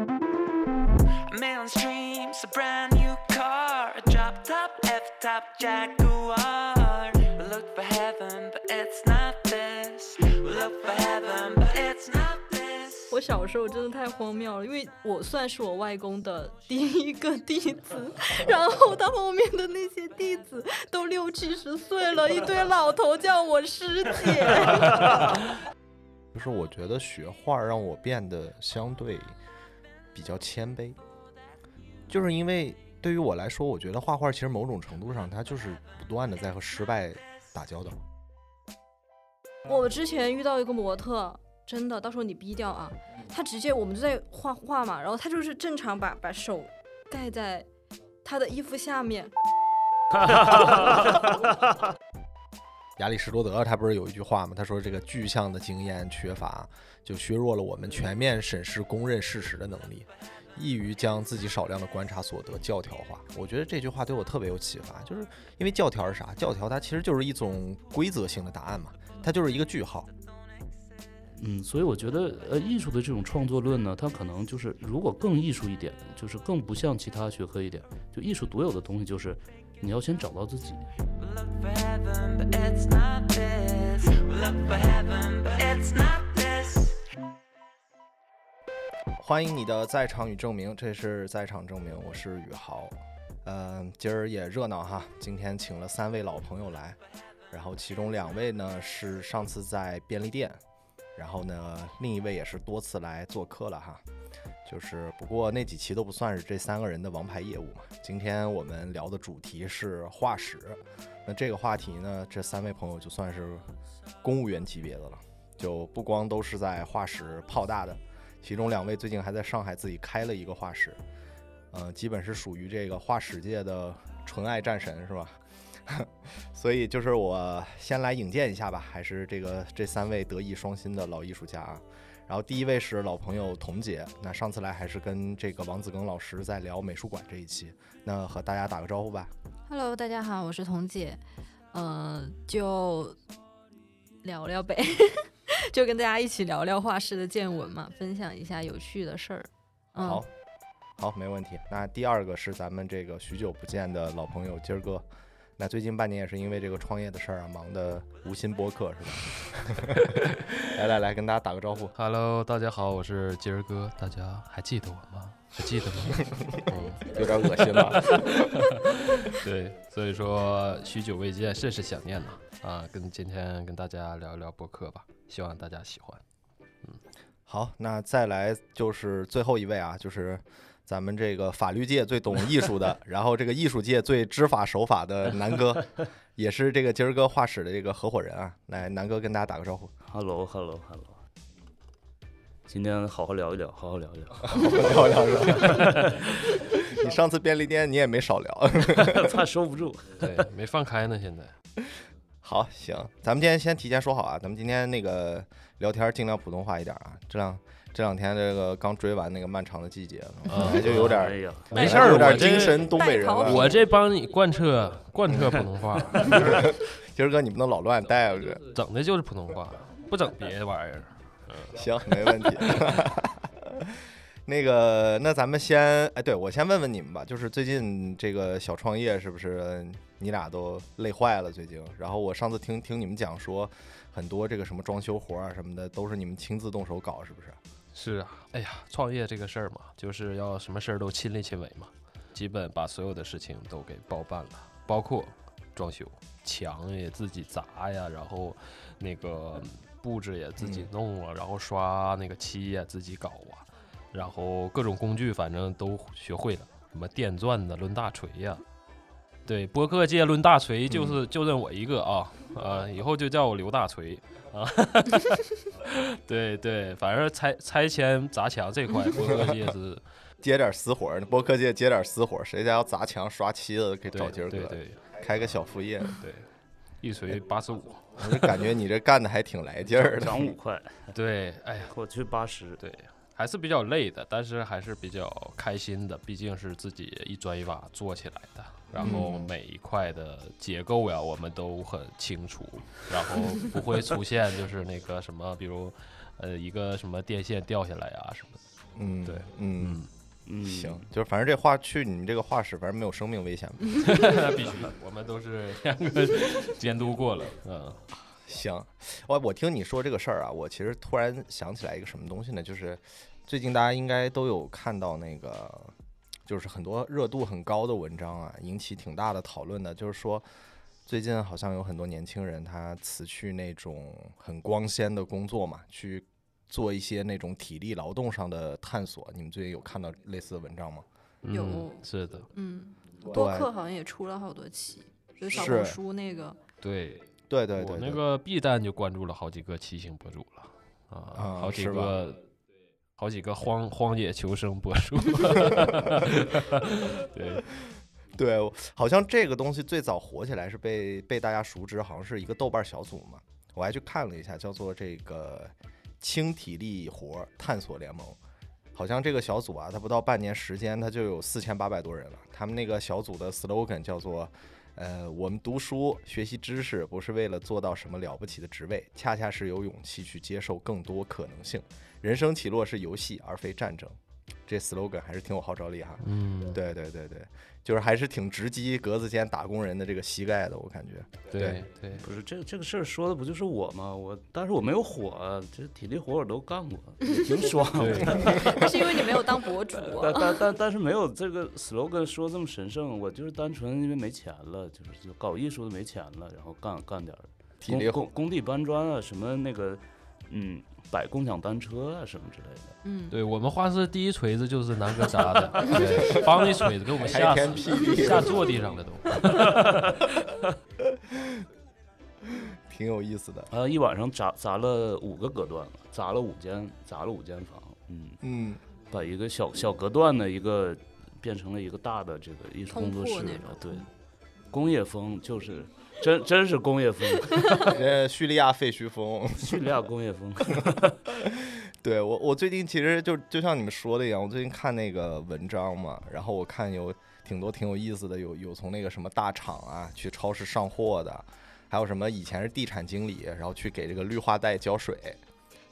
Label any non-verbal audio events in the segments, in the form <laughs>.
A Melon's dreams, a brand new car, a drop top, F top Jaguar. We look for heaven, but it's not this. We look for heaven, but it's not this. 我小时候真的太荒谬了，因为我算是我外公的第一个弟子，然后他后面的那些弟子都六七十岁了，一堆老头叫我师姐。 <laughs> 就是我觉得学画让我变得相对比较谦卑，就是因为对于我来说，我觉得画画其实某种程度上它就是不断的在和失败打交道。我之前遇到一个模特，真的，到时候你逼掉啊！他直接我们就在画画嘛，然后他就是正常把把手盖在他的衣服下面，亚里士多德他不是有一句话吗？他说这个具象的经验缺乏，就削弱了我们全面审视公认事实的能力，易于将自己少量的观察所得教条化。我觉得这句话对我特别有启发，就是因为教条是啥？教条它其实就是一种规则性的答案嘛，它就是一个句号。嗯，所以我觉得，呃，艺术的这种创作论呢，它可能就是如果更艺术一点，就是更不像其他学科一点，就艺术独有的东西就是你要先找到自己。 We look for heaven, but it's not this. We look for heaven, but it's not this. 欢迎你的在场与证明，这是在场证明，我是宇豪。嗯、今儿也热闹哈，今天请了三位老朋友来，然后其中两位呢是上次在便利店，然后呢另一位也是多次来做客了哈。就是不过那几期都不算是这三个人的王牌业务嘛。今天我们聊的主题是化石，那这个话题呢，这三位朋友就算是公务员级别的了，就不光都是在化石泡大的，其中两位最近还在上海自己开了一个化石，呃，基本是属于这个化石界的纯爱战神是吧？ <laughs> 所以就是我先来引荐一下吧，还是这个这三位德艺双馨的老艺术家啊。然后第一位是老朋友童姐，那上次来还是跟这个王子庚老师在聊美术馆这一期，那和大家打个招呼吧。 Hello，大家好，我是童姐，呃，就聊聊呗， <laughs> 就跟大家一起聊聊画室的见闻嘛，分享一下有趣的事儿。嗯、好，好，没问题。那第二个是咱们这个许久不见的老朋友今儿哥，那最近半年也是因为这个创业的事儿啊，忙得无心播客是吧？ <laughs> 来来来，跟大家打个招呼。 <laughs> Hello，大家好，我是吉儿哥，大家还记得我吗？还记得吗？有点恶心了。 <laughs> <laughs> 对，所以说许久未见，甚是想念呐。啊，跟今天跟大家聊一聊播客吧，希望大家喜欢。好，那再来就是最后一位啊，就是咱们这个法律界最懂艺术的，然后这个艺术界最知法守法的南哥，也是这个今儿哥画室的这个合伙人啊。来，南哥跟大家打个招呼。 <laughs> h e l l o h e l l o h e l l o 今天好好聊一聊，好好聊一聊。 <laughs> 漂亮是吧？你上次便利店你也没少聊。怕收不住。对， <laughs> 没放开呢， <laughs> 现在。好，行，咱们今天先提前说好啊，咱们今天那个聊天尽量普通话一点啊。这两这两天这个刚追完那个漫长的季节，本 <laughs> 来就有哎点呀，啊没事本来就儿，有我点精这神东北人了。我这帮你贯彻贯彻普通话，今儿哥你不能老乱带，我觉得 <laughs> 整的就是普通话，不整别的玩意儿。行，没问题。 <laughs> 那个，那咱们先，哎，对我先问问你们吧，就是最近这个小创业是不是你俩都累坏了？最近，然后我上次听听你们讲说，很多这个什么装修活啊什么的，都是你们亲自动手搞，是不是？是啊，哎呀，创业这个事儿嘛，就是要什么事儿都亲力亲为嘛，基本把所有的事情都给包办了，包括装修，墙也自己砸呀，然后那个布置也自己弄嗯啊，然后刷那个漆也自己搞啊，然后各种工具反正都学会了，什么电钻子、抡大锤呀、对，播客界抡大锤嗯就是、就认我一个啊，呃，以后就叫我刘大锤啊。 <laughs> 对对，反正拆拆迁砸墙 <laughs> 这块，播客界是接点私活儿，播客界接点私活儿，谁家要砸墙刷漆的，可以对找今对儿哥对开个小副业。对，一锤八十五。 <laughs> 我就感觉你这干的还挺来劲儿的。涨五块，对，哎呀， <laughs> 我去八十。对，还是比较累的，但是还是比较开心的，毕竟是自己一砖一瓦做起来的。然后嗯每一块的结构呀、我们都很清楚，然后不会出现就是那个什么，比如，呃，一个什么电线掉下来呀、什么的。嗯，对，嗯。嗯，嗯，行，就是反正这画去你们这个画室，反正没有生命危险吧。那必须的，我们都是两个 <laughs> 监督过了。嗯，行，我我听你说这个事儿啊，我其实突然想起来一个什么东西呢？就是最近大家应该都有看到那个，就是很多热度很高的文章啊，引起挺大的讨论的。就是说，最近好像有很多年轻人他辞去那种很光鲜的工作嘛，去做一些那种体力劳动上的探索。你们最近有看到类似的文章吗？嗯有是的，嗯，播对客好像也出了好多期，就是小是红书那个，对对对对我对，那个 B 站就关注了好几个骑行博主了啊，啊好几是吧个，好几个荒荒野求生博 <laughs> 主。对，对，我好像这个东西最早火起来是被被大家熟知，好像是一个豆瓣小组嘛，我还去看了一下，叫做这个轻体力活探索联盟。好像这个小组啊，它不到半年时间，它就有四千八百多人了。他们那个小组的 slogan 叫做“呃，我们读书学习知识，不是为了做到什么了不起的职位，恰恰是有勇气去接受更多可能性。人生起落是游戏，而非战争。”这 slogan 还是挺有号召力哈。嗯，对对对对，就是还是挺直击格子间打工人的这个膝盖的，我感觉。对 <laughs> 对，不是这这个事儿说的不就是我吗？我但是我没有火，这体力活我都干过，也挺 <laughs> 爽的。那是因为你没有当博主但啊。 <laughs> 但但但是没有这个 slogan 说这么神圣，我就是单纯因为没钱了，就是就搞艺术的没钱了，然后干干点儿体工力活工工地搬砖啊，什么那个嗯摆共享单车啊什么之类的。嗯，对我们画室第一锤子就是南哥砸的， <laughs> 对帮那锤子给我们吓开天死，辟地，吓坐地 <laughs> 上了都。挺有意思的。呃，一晚上砸砸了五个隔断，砸了五间，砸了五间房，嗯， <laughs> 嗯，把一个小小隔断的一个变成了一个大的这个艺术工作室通铺那种啊对，工业风就是真真是工业风， <laughs> 这呃叙利亚废墟风。叙利亚工业风，对我，我最近其实就就像你们说的一样，我最近看那个文章嘛，然后我看有挺多挺有意思的，有有从那个什么大厂啊去超市上货的，还有什么以前是地产经理，然后去给这个绿化带浇水，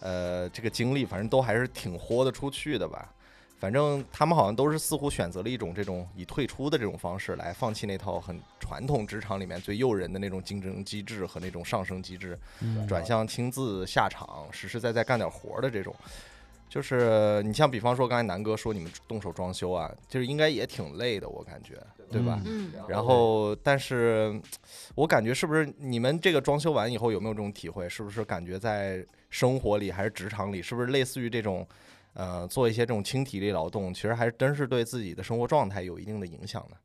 呃，这个经历反正都还是挺豁得出去的吧。反正他们好像都是似乎选择了一种这种以退出的这种方式来放弃那套很传统职场里面最诱人的那种竞争机制和那种上升机制，嗯转向亲自下场，实实在在干点活儿的这种。就是你像比方说刚才南哥说你们动手装修啊，就是应该也挺累的，我感觉，对吧？嗯，然后，但是我感觉是不是你们这个装修完以后有没有这种体会？是不是感觉在生活里还是职场里，是不是类似于这种，呃，做一些这种轻体力劳动，其实还真是对自己的生活状态有一定的影响呢？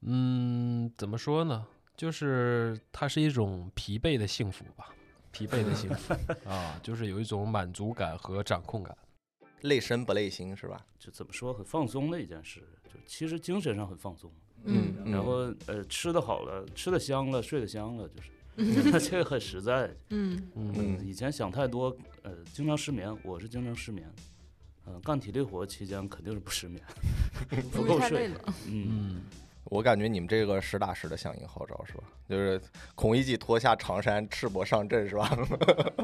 嗯，怎么说呢？就是它是一种疲惫的幸福吧，疲惫的幸 <laughs> 福啊，就是有一种满足感和掌控感。累身不累心是吧？就怎么说很放松的一件事，就其实精神上很放松，嗯然后呃吃的好了，吃的香了，睡得香了，就是，这个很实在。嗯嗯，嗯以前想太多，呃，经常失眠，我是经常失眠，嗯、干体力活期间肯定是不 <laughs> 失眠，不因够为太累睡，了。嗯，嗯，我感觉你们这个实打实的响应号召是吧？就是孔乙己脱下长衫，赤膊上阵是吧？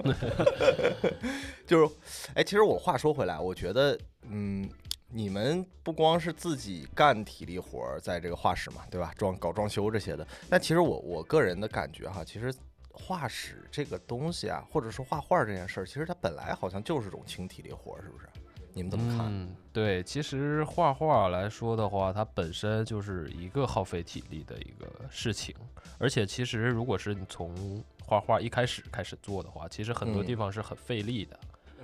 <laughs> 就是，哎，其实我话说回来，我觉得，嗯，你们不光是自己干体力活儿，在这个画室嘛，对吧？装搞装修这些的，但其实我我个人的感觉哈，其实画室这个东西啊，或者说画画这件事儿，其实它本来好像就是种轻体力活儿，是不是？你们怎么看？嗯，对，其实画画来说的话，它本身就是一个耗费体力的一个事情，而且其实如果是你从画画一开始开始做的话，其实很多嗯地方是很费力的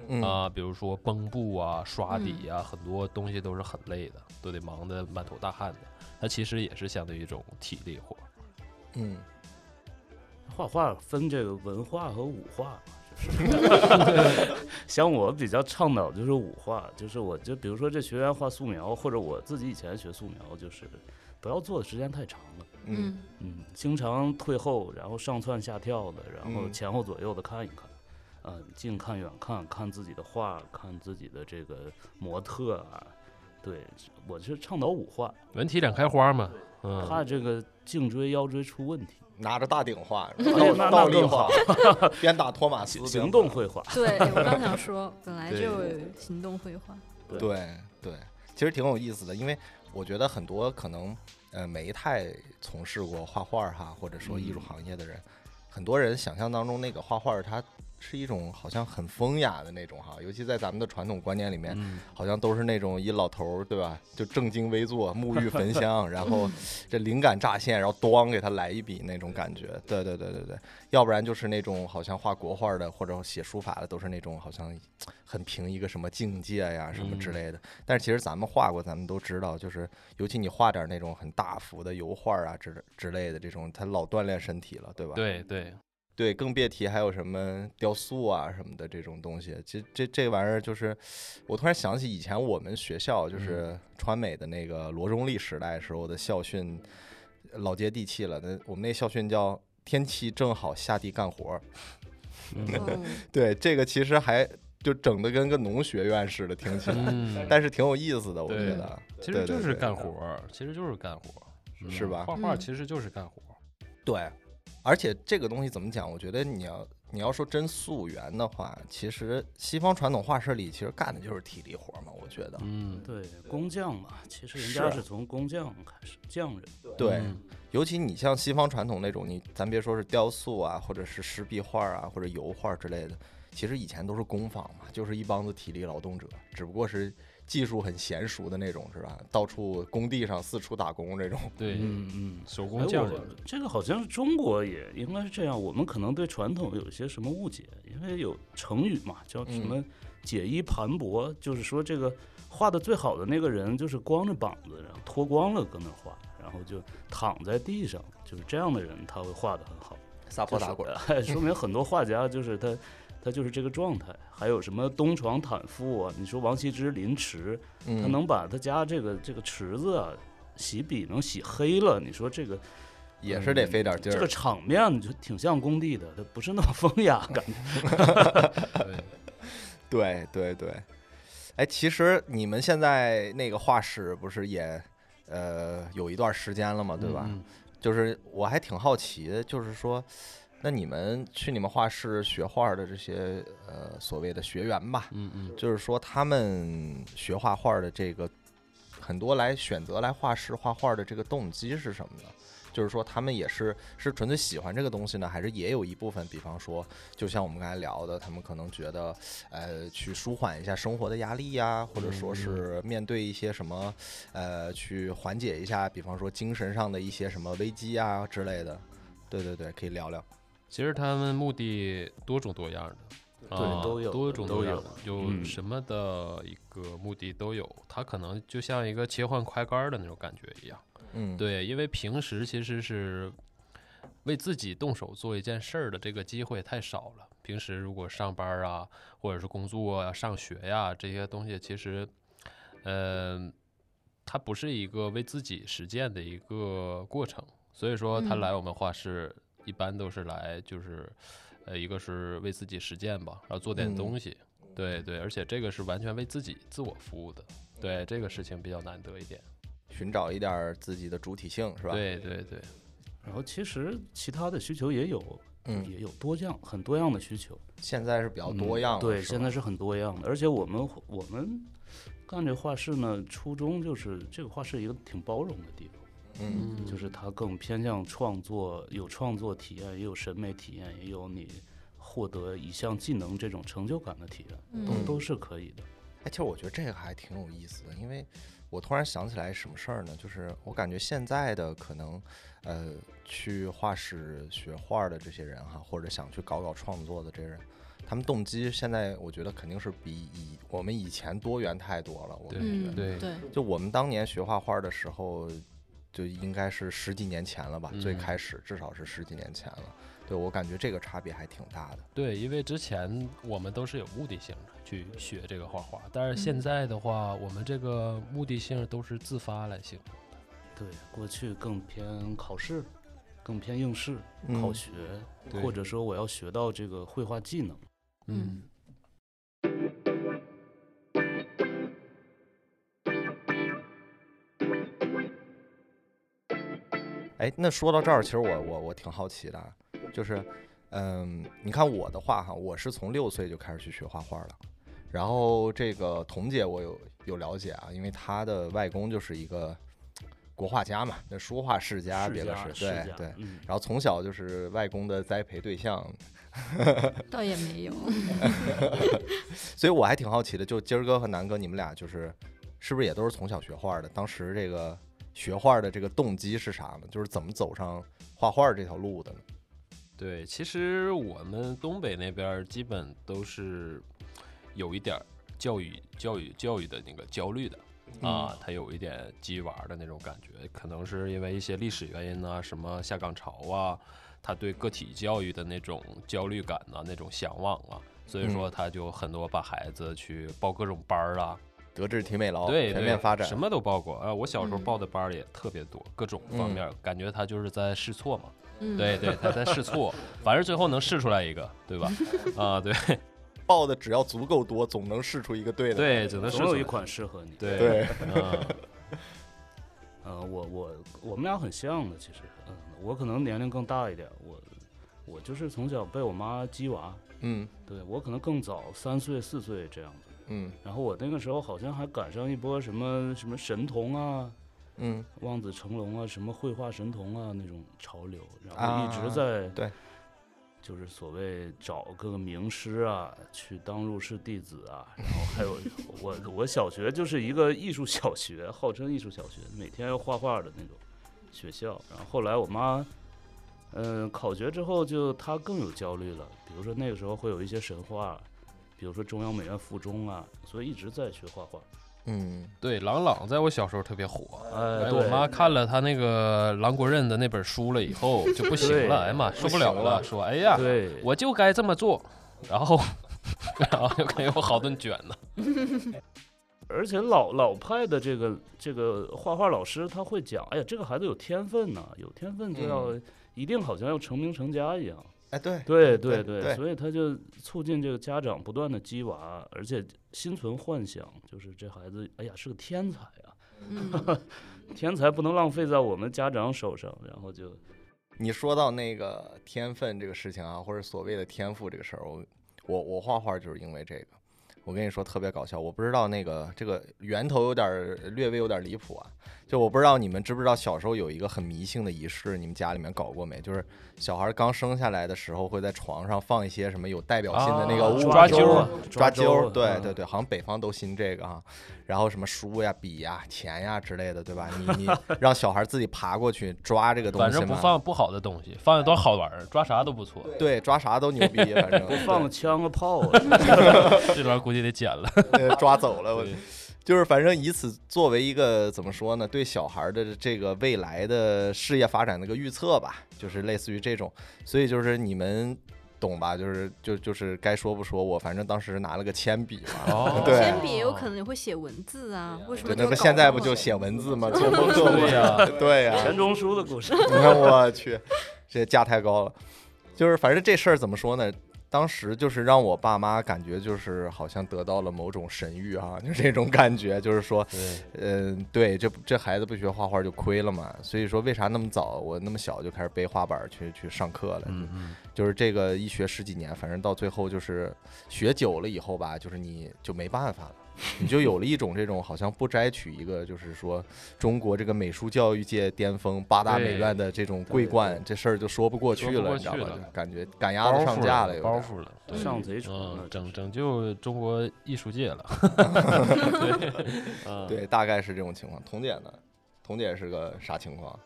嗯啊、比如说绷布啊、刷底啊，很多东西都是很累的，都得忙得满头大汗的。它其实也是相对于一种体力活。嗯，画画分这个文化和武化嘛，就是 <laughs> 像我比较倡导就是武化，就是我就比如说这学员画素描，或者我自己以前学素描，就是不要做的时间太长了。嗯，嗯，经常退后，然后上蹿下跳的，然后嗯前后左右的看一看，呃，近看、远看，看自己的画，看自己的这个模特啊。对，我是倡导五画，文体两开花嘛，怕嗯，这个颈椎、腰椎出问题。拿着大顶 <laughs> 画，那倒那倒立更画好， <laughs> 边打托马斯行边行画动绘画，对我刚想说，本来就对有行动绘画，对对，其实挺有意思的，因为我觉得很多可能呃没太从事过画画儿哈，或者说嗯艺术行业的人，很多人想象当中那个画画，它是一种好像很风雅的那种哈，尤其在咱们的传统观念里面，嗯好像都是那种一老头儿对吧，就正襟危坐，沐浴焚香，然后这灵感乍现，然后咣给他来一笔那种感觉。对对对对对，要不然就是那种好像画国画的或者写书法的，都是那种好像很凭一个什么境界呀什么之类的。但是其实咱们画过，咱们都知道，就是尤其你画点那种很大幅的油画啊之之类的这种，它老锻炼身体了，对吧？对 <laughs> 对，对，更别提还有什么雕塑啊什么的这种东西。其实这这玩意儿就是，我突然想起以前我们学校就是川美的那个罗中立时代时候的校训，老接地气了。那我们那校训叫“天气正好，下地干活”。哦对，这个其实还就整的跟个农学院似的，听起来，嗯， <laughs> 但是挺有意思的，我对觉得。其对实对就是对干活儿，其实就是干活儿，嗯是吧画画嗯其实就是干活儿，对，而且这个东西怎么讲？我觉得你要你要说真溯源的话，其实西方传统画室里其实干的就是体力活嘛，我觉得。嗯，对工匠嘛，其实人是家啊是从工匠开始，匠人。对，嗯尤其你像西方传统那种，你咱别说是雕塑啊，或者是石壁画啊，或者油画之类的，其实以前都是工坊嘛，就是一帮子体力劳动者，只不过是技术很娴熟的那种，是吧？到处工地上四处打工这种。对，嗯嗯。手哎工匠我人，这个好像是中国也应该是这样，我们可能对传统有一些什么误解，因为有成语嘛，叫什嗯么“解衣盘帛”，就是说这个画的最好的那个人就是光着膀子，然后脱光了搁那画，然后就躺在地上，就是这样的人他会画的很好。啊撒泼就打是滚， <laughs> 哎说明很多画家就是他，他就是这个状态。还有什么东床坦腹啊？你说王羲之临池，他嗯，能把他家这个这个池子啊，洗笔能洗黑了，你说这个也是得费点劲这个儿。场面就挺像工地的，它不是那么风雅感觉。对，对对对，哎，其实你们现在那个画室不是也呃有一段时间了嘛，对吧？嗯就是我还挺好奇的，就是说，那你们去你们画室学画的这些呃所谓的学员吧，嗯嗯，就是说他们学画画的这个很多来选择来画室画画的这个动机是什么呢？就是说他们也是是纯粹喜欢这个东西呢，还是也有一部分，比方说，就像我们刚才聊的，他们可能觉得，呃，去舒缓一下生活的压力呀、或者嗯说是面对一些什么，呃，去缓解一下，比方说精神上的一些什么危机啊之类的。对对对，可以聊聊。其实他们目的多种多样的。啊都有多种多都样有的，有嗯什么的一个目的都有，它可能就像一个切换快杆儿的那种感觉一样。嗯，对，因为平时其实是为自己动手做一件事儿的这个机会太少了。平时如果上班儿啊，或者是工作啊、上学呀、这些东西，其实，嗯、它不是一个为自己实践的一个过程。所以说，他嗯来我们画室，一般都是来就是，呃，一个是为自己实践吧，然后做点嗯东西。对对，而且这个是完全为自己自我服务的，对这个事情比较难得一点。寻找一点儿自己的主体性是吧？，对对对，然后其实其他的需求也有，嗯，也有多样很多样的需求，现在是比较嗯多样了、对，吧现在是很多样的，而且我们我们干这画室呢，初衷就是这个画室一个挺包容的地方。嗯就是它更偏向创作，有创作体验，也有审美体验，也有你获得一项技能这种成就感的体验，都嗯都是可以的。哎，其实我觉得这个还挺有意思的，因为我突然想起来什么事儿呢？就是我感觉现在的可能，呃，去画室学画儿的这些人哈，或者想去搞搞创作的这些人，他们动机现在我觉得肯定是比以我们以前多元太多了。我对们嗯觉得，对对，就我们当年学画画的时候，就应该是十几年前了吧，最嗯开始至少是十几年前了。对我感觉这个差别还挺大的。对，因为之前我们都是有目的性的去学这个画画，但是嗯现在的话，我们这个目的性都是自发来性。对，过去更偏考试，更偏应试、嗯考学，对或者说我要学到这个绘画技能。嗯，哎，那说到这儿，其实我我我挺好奇的啊，就是，嗯，你看我的话哈，我是从六岁就开始去学画画了。然后这个童姐我有有了解啊，因为她的外公就是一个国画家嘛，那书画世家，世别的家是，世对家对。嗯然后从小就是外公的栽培对象，倒也没有。所以我还挺好奇的，就今儿哥和南哥，你们俩就是是不是也都是从小学画的？当时这个学画的这个动机是啥呢？就是怎么走上画画这条路的呢？对，其实我们东北那边儿基本都是有一点儿教育、教育、教育的那个焦虑的嗯啊，他有一点鸡娃儿的那种感觉，可能是因为一些历史原因呐、什么下岗潮啊，他对个体教育的那种焦虑感呐、那种向往啊，所以嗯说他就很多把孩子去报各种班儿啊，德智体美劳对，哦全对面发展，什么都报过啊。我小时候嗯报的班儿也特别多，各种方嗯面儿，感觉他就是在试错嘛。嗯，对对，他在 <laughs> 试错，反正最后能试出来一个，对吧？啊，对报的只要足够多，总能试出一个对的。对，只能试总出有来一，款适合你。对对，嗯，呃，我我我们俩很像的，其实，嗯，我可能年龄更大一点，我我就是从小被我妈鸡娃，嗯对我可能更早，三岁四岁这样子。嗯然后我那个时候好像还赶上一波什么什么神童啊、嗯，望子成龙啊、什么绘画神童啊那种潮流，然后一啊直在、对，就是所谓找各个名师啊去当入室弟子啊，然后 <laughs> 还有我我小学就是一个艺术小学，号称艺术小学，每天要画画的那种学校。然后后来我妈。嗯，考学之后就她更有焦虑了，比如说那个时候会有一些神话，比如说中央美院附中啊，所以一直在学画画。嗯，对，郎朗在我小时候特别火。呃，哎，对我妈看了他那个《郎国任》的那本书了以后就不行了，对哎呀妈，受不了行了，了说哎呀，对，我就该这么做，然后 <laughs> 然后就给我好顿卷呢。而且老老派的这个这个画画老师他会讲，哎呀，这个孩子有天分呐、有天分就要、一定好像要成名成家一样。哎嗯对，对对对，对所以他就促进这个家长不断的激娃，而且心存幻想，就是这孩子，哎呀，是个天才啊，嗯， <laughs> 天才不能浪费在我们家长手上，然后就你说到那个天分这个事情啊，或者所谓的天赋这个事儿，我我我画画就是因为这个。我跟你说特别搞笑，我不知道那个这个源头有点儿略微有点儿离谱啊，就我不知道你们知不知道小时候有一个很迷信的仪式，你们家里面搞过没？就是小孩刚生下来的时候会在床上放一些什么有代表性的那个啊物抓种阄阄儿啊抓阄阄啊，儿，对对嗯，对，好像北方都兴这个啊。然后什么书呀、笔呀、钱呀之类的，对吧？ <laughs> 你你让小孩自己爬过去抓这个东西嘛，反正不放不好的东西，放的都好玩儿，抓啥都不错。对，抓啥都牛逼，反正放个枪个炮 <laughs> 啊，这轮估计得减了。对呃抓走 <laughs> 了。我对就是反正以此作为一个怎么说呢，对小孩的这个未来的事业发展的一个预测吧，就是类似于这种。所以就是你们懂吧？就是就就是该说不说，我反正当时拿了个铅笔嘛。哦对铅笔也有可能会写文字啊，为什么对，就那不搞现在不错就了写文 <laughs> 字吗？全从部做对呀，对呀、 <laughs> 钱钟书的故事。你看我去，这价太高了。就是反正这事儿怎么说呢？当时就是让我爸妈感觉就是好像得到了某种神谕啊， <laughs> 就是这种感觉，就是说，对，嗯，对，这这孩子不学画画就亏了嘛。所以说，为啥那么早，我那么小就开始背画板儿去去上课了？嗯嗯。就是这个一学十几年，反正到最后就是学久了以后吧，就是你就没办法了，你就有了一种这种好像不摘取一个就是说中国这个美术教育界巅峰八大美院的这种桂冠，这事儿就说不过去说不了，过你知道去吧？了就感觉赶鸭包子袱上架了，有包点。袱了，对上贼船啊了嗯，，拯拯救中国艺术界了。对，对，大概是这种情况。童姐呢？童姐是个啥情况？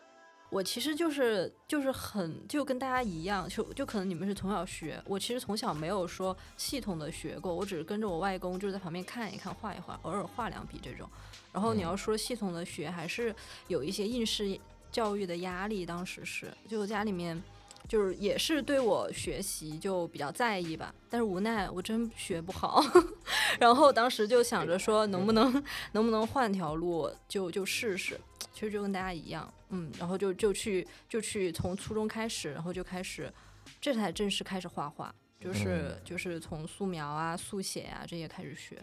我其实就是就是很就跟大家一样，就就可能你们是从小学，我其实从小没有说系统的学过，我只是跟着我外公就是在旁边看一看、画一画，偶尔画两笔这种。然后你要说系统的学，还是有一些应试教育的压力，当时是就家里面。就是也是对我学习就比较在意吧，但是无奈我真学不好， <laughs> 然后当时就想着说能不能能不能换条路就就试试，其实就跟大家一样，嗯，然后就就去就去从初中开始，然后就开始，这才正式开始画画，就是、就是从素描啊、速写啊这些开始学，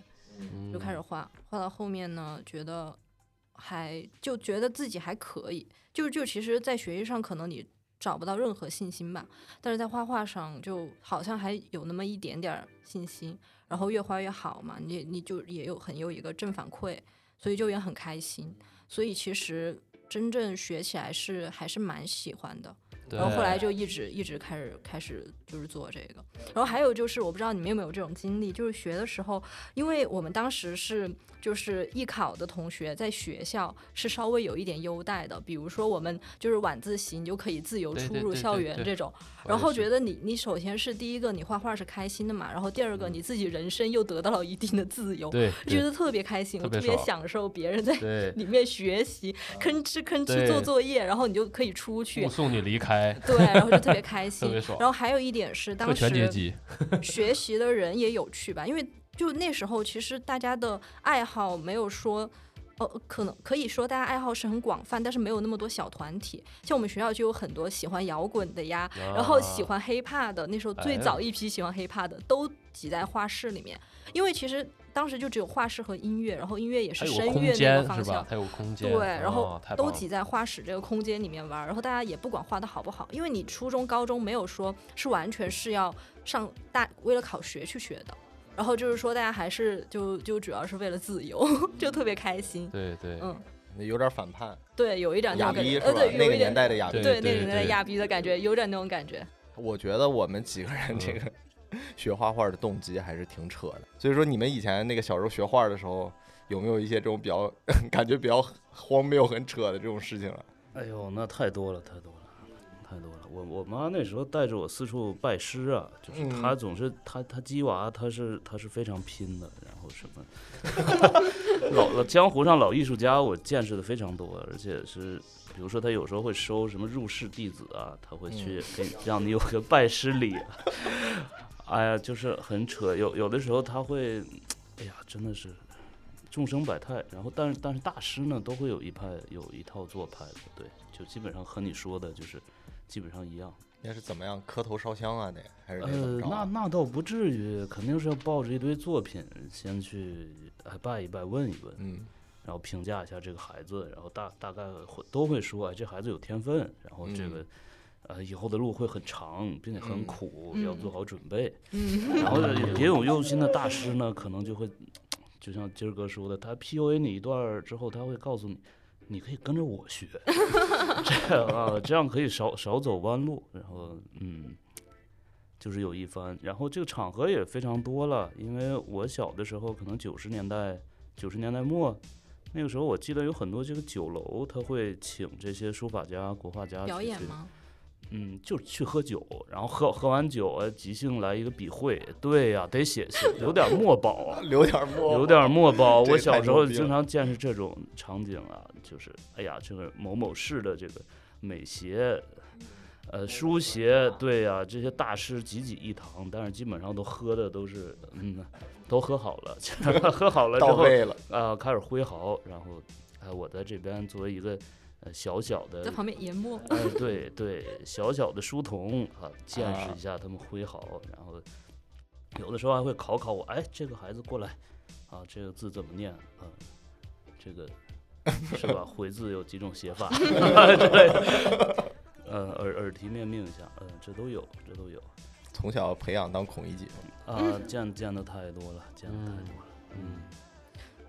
就开始画，画到后面呢，觉得还就觉得自己还可以，就就其实，在学习上可能你找不到任何信心吧，但是在画画上就好像还有那么一点点儿信心，然后越画越好嘛，你你就也有很有一个正反馈，所以就也很开心，所以其实真正学起来是还是蛮喜欢的。对然后后来就一直一直开始开始就是做这个，然后还有就是我不知道你们有没有这种经历，就是学的时候，因为我们当时是就是艺考的同学在学校是稍微有一点优待的，比如说我们就是晚自习你就可以自由对出对入对校对园对这种，我然也后是觉得你你首先是第一个你画画是开心的嘛，然后第二个嗯你自己人生又得到了一定的自由，对觉得特别开心，特我别特别爽享受别人在对嗯里面学习，吭哧吭哧对做作业，然后你就可以出去目，送你离开，对，然后就特别开 <laughs> 特心别。爽然后还有一点是，特当权阶时级， <laughs> 学习的人也有趣吧，因为就那时候其实大家的爱好没有说。呃，可能可以说大家爱好是很广泛，但是没有那么多小团体。像我们学校就有很多喜欢摇滚的呀，然后喜啊欢 hiphop 的，那时候哎最呦早一批喜欢 hiphop 的都挤在画室里面，因为其实当时就只有画室和音乐，然后音乐也它是有声个空乐那间个方是向吧？。它有空间，对，然后哦太都棒挤了在画室这个空间里面玩儿，然后大家也不管画的好不好，因为你初中、高中没有说是完全是要上大为了考学去学的，然后就是说大家还是就就主要是为了自由， <laughs> 就特别开心。对对嗯，有点反叛，对，有一点那亚种感逼觉，是呃，吧？对，那有个一年点，代的亚逼对，对，那个年代对亚逼的感觉，有点那种感觉。我觉得我们几个人嗯这个 <laughs> 学画画的动机还是挺扯的。所以说，你们以前那个小时候学画的时候，有没有一些这种比较 <laughs> 感觉比较荒谬、很扯的这种事情啊？哎呦，那太多了，太多了，太多了。我我妈那时候带着我四处拜师啊，就是她嗯总是她她鸡娃，她是她是非常拼的，然后什么老老江湖上老艺术家，我见识的非常多，而且是比如说她有时候会收什么入室弟子啊，她会去给你让你有个拜师礼啊、 <laughs> 哎呀，就是很扯。有有的时候她会，哎呀，真的是。众生百态，然后但是但是大师呢，都会有一派有一套做派的，对，就基本上和你说的就是基本上一样。那是怎么样？磕头烧香啊？得还是得怎呃么，着那啊？那倒不至于，肯定是要抱着一堆作品先去哎拜一拜，问一问，嗯，然后评价一下这个孩子，然后大大概会都会说，哎，这孩子有天分，然后这嗯个。呃，以后的路会很长，并且很嗯，苦，嗯要做好准备。嗯， <laughs> 然后也有用心的大师呢，可能就会，就像今儿哥说的，他 PUA 你一段儿之后，他会告诉你，你可以跟着我学，这样 <laughs> 啊，这样可以少少走弯路。然后，嗯，就是有一番。然后这个场合也非常多了，因为我小的时候，可能九十年代、九十年代末。那个时候我记得有很多这个酒楼，他会请这些书法家、国画家表去演去吗？嗯，就是去喝酒，然后喝喝完酒啊，即兴来一个笔会。对呀、得写写，有点墨宝啊留点墨，有点墨宝。这我个太小时牛候逼经了常见识这种场景啊，就是哎呀，这个某某市的这个美协，呃，书协，对呀、这些大师济济一堂，但是基本上都喝的都是嗯，都喝好了， <laughs> 喝好了之到后位了。啊、开始挥毫，然后哎、我在这边作为一个呃小小的在旁边研墨，哎，对对，小小的书童啊，见识啊一下他们挥毫，然后有的时候还会考考我，哎，这个孩子过来啊，这个字怎么念啊？这个是吧？回字有几种写法？ <laughs> 对，呃，耳耳提面命一下，嗯、这都有，这都有从小培养当孔乙己，啊，嗯见见的太多了，见的太嗯多了，嗯，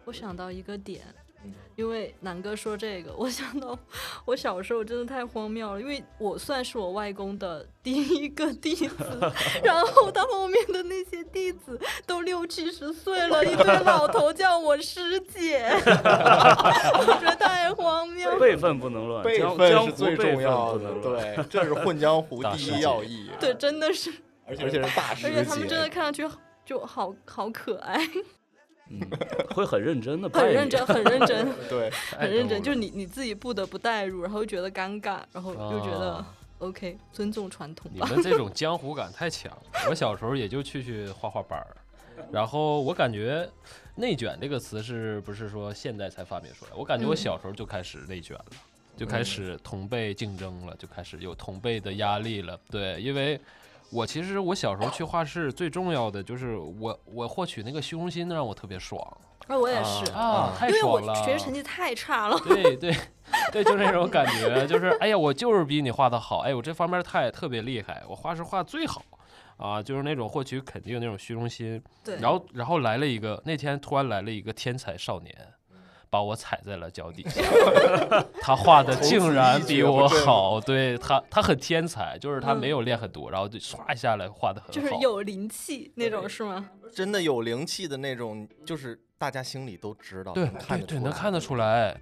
我想到一个点嗯，因为南哥说这个，我想到我小时候真的太荒谬了，因为我算是我外公的第一个弟 <laughs> 子，然后他后面的那些弟子都六七十岁了，一堆老头叫我师姐， <laughs> 我觉得太荒谬了。辈分不能乱，辈江分江是湖最辈重分要呃不的能，乱对，这是混江湖大第师一姐要义，<laughs> 啊对，真的是，而且而且是大师而且他们真的姐，哎看上去就好好可爱，嗯，会很认真的，很认真，，很认真， <laughs> 对，太很认逗真，就是了你你自己不得不代入，然后觉得尴尬，然后就觉得哦啊 OK，尊重传统你吧。们这种江湖感太强了。我小时候也就去去画画班儿，然后我感觉“内卷”这个词是不是说现在才发明出来？我感觉我嗯小时候就开始内卷了，就开始同辈竞争了，就开始有同辈的压力了。对，因为我其实我小时候去画室最重要的就是我我获取那个虚荣心让我特别爽那哎我也是，啊，太嗯因为我爽了。学习成绩太差了， <laughs> 对对对，就那种感觉，就是哎呀，我就是比你画的好，哎，我这方面太特别厉害，我画是画最好啊，就是那种获取肯定那种虚荣心。对，然后然后来了一个，那天突然来了一个天才少年，把我踩在了脚底 <laughs> 下，他画的竟然比我好，对他他很天才，就是他没有练很多，然后就唰一下来画的很好，嗯就是有灵气那种是吗？真的有灵气的那种，就是大家心里都知道，对能看得对对，出来能看得出来，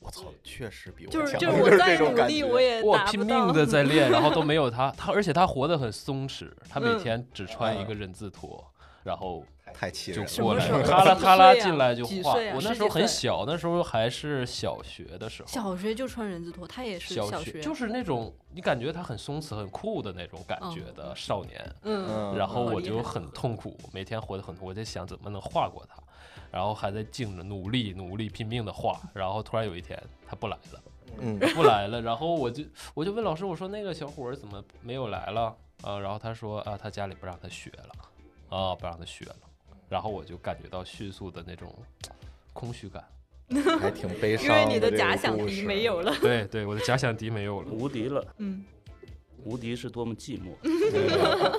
我操，确实比我就是强，就是是我这再种努感力觉我也我达不拼到命。<laughs> 的在练，然后都没有他，他而且他活得很松弛，他每嗯天只穿一个人字拖，然后太气就人什了。过么来时候咔 <laughs> 啦几咔啦岁啊进来就几画。岁啊我那十时候几很岁小，那时候还是小学的时候，小学就穿人字拖，他也是小学，就是那种你感觉他很松弛、很酷的那种感觉的少年，嗯，嗯，然后好我厉就害很痛苦，每天活得很痛苦，我在想怎么能画过他，然后还在尽着努力、努力、拼命的画，然后突然有一天他不来了， <laughs> 嗯， <laughs> 不来了，然后我就我就问老师，我说那个小伙儿怎么没有来了啊？然后他说啊，他家里不让他学了，啊，不让他学了，然后我就感觉到迅速的那种空虚感，还挺悲伤因为你的的这假个想故敌事没有了，对对，我的假想敌没有了。无敌了，嗯，无敌是多么寂寞。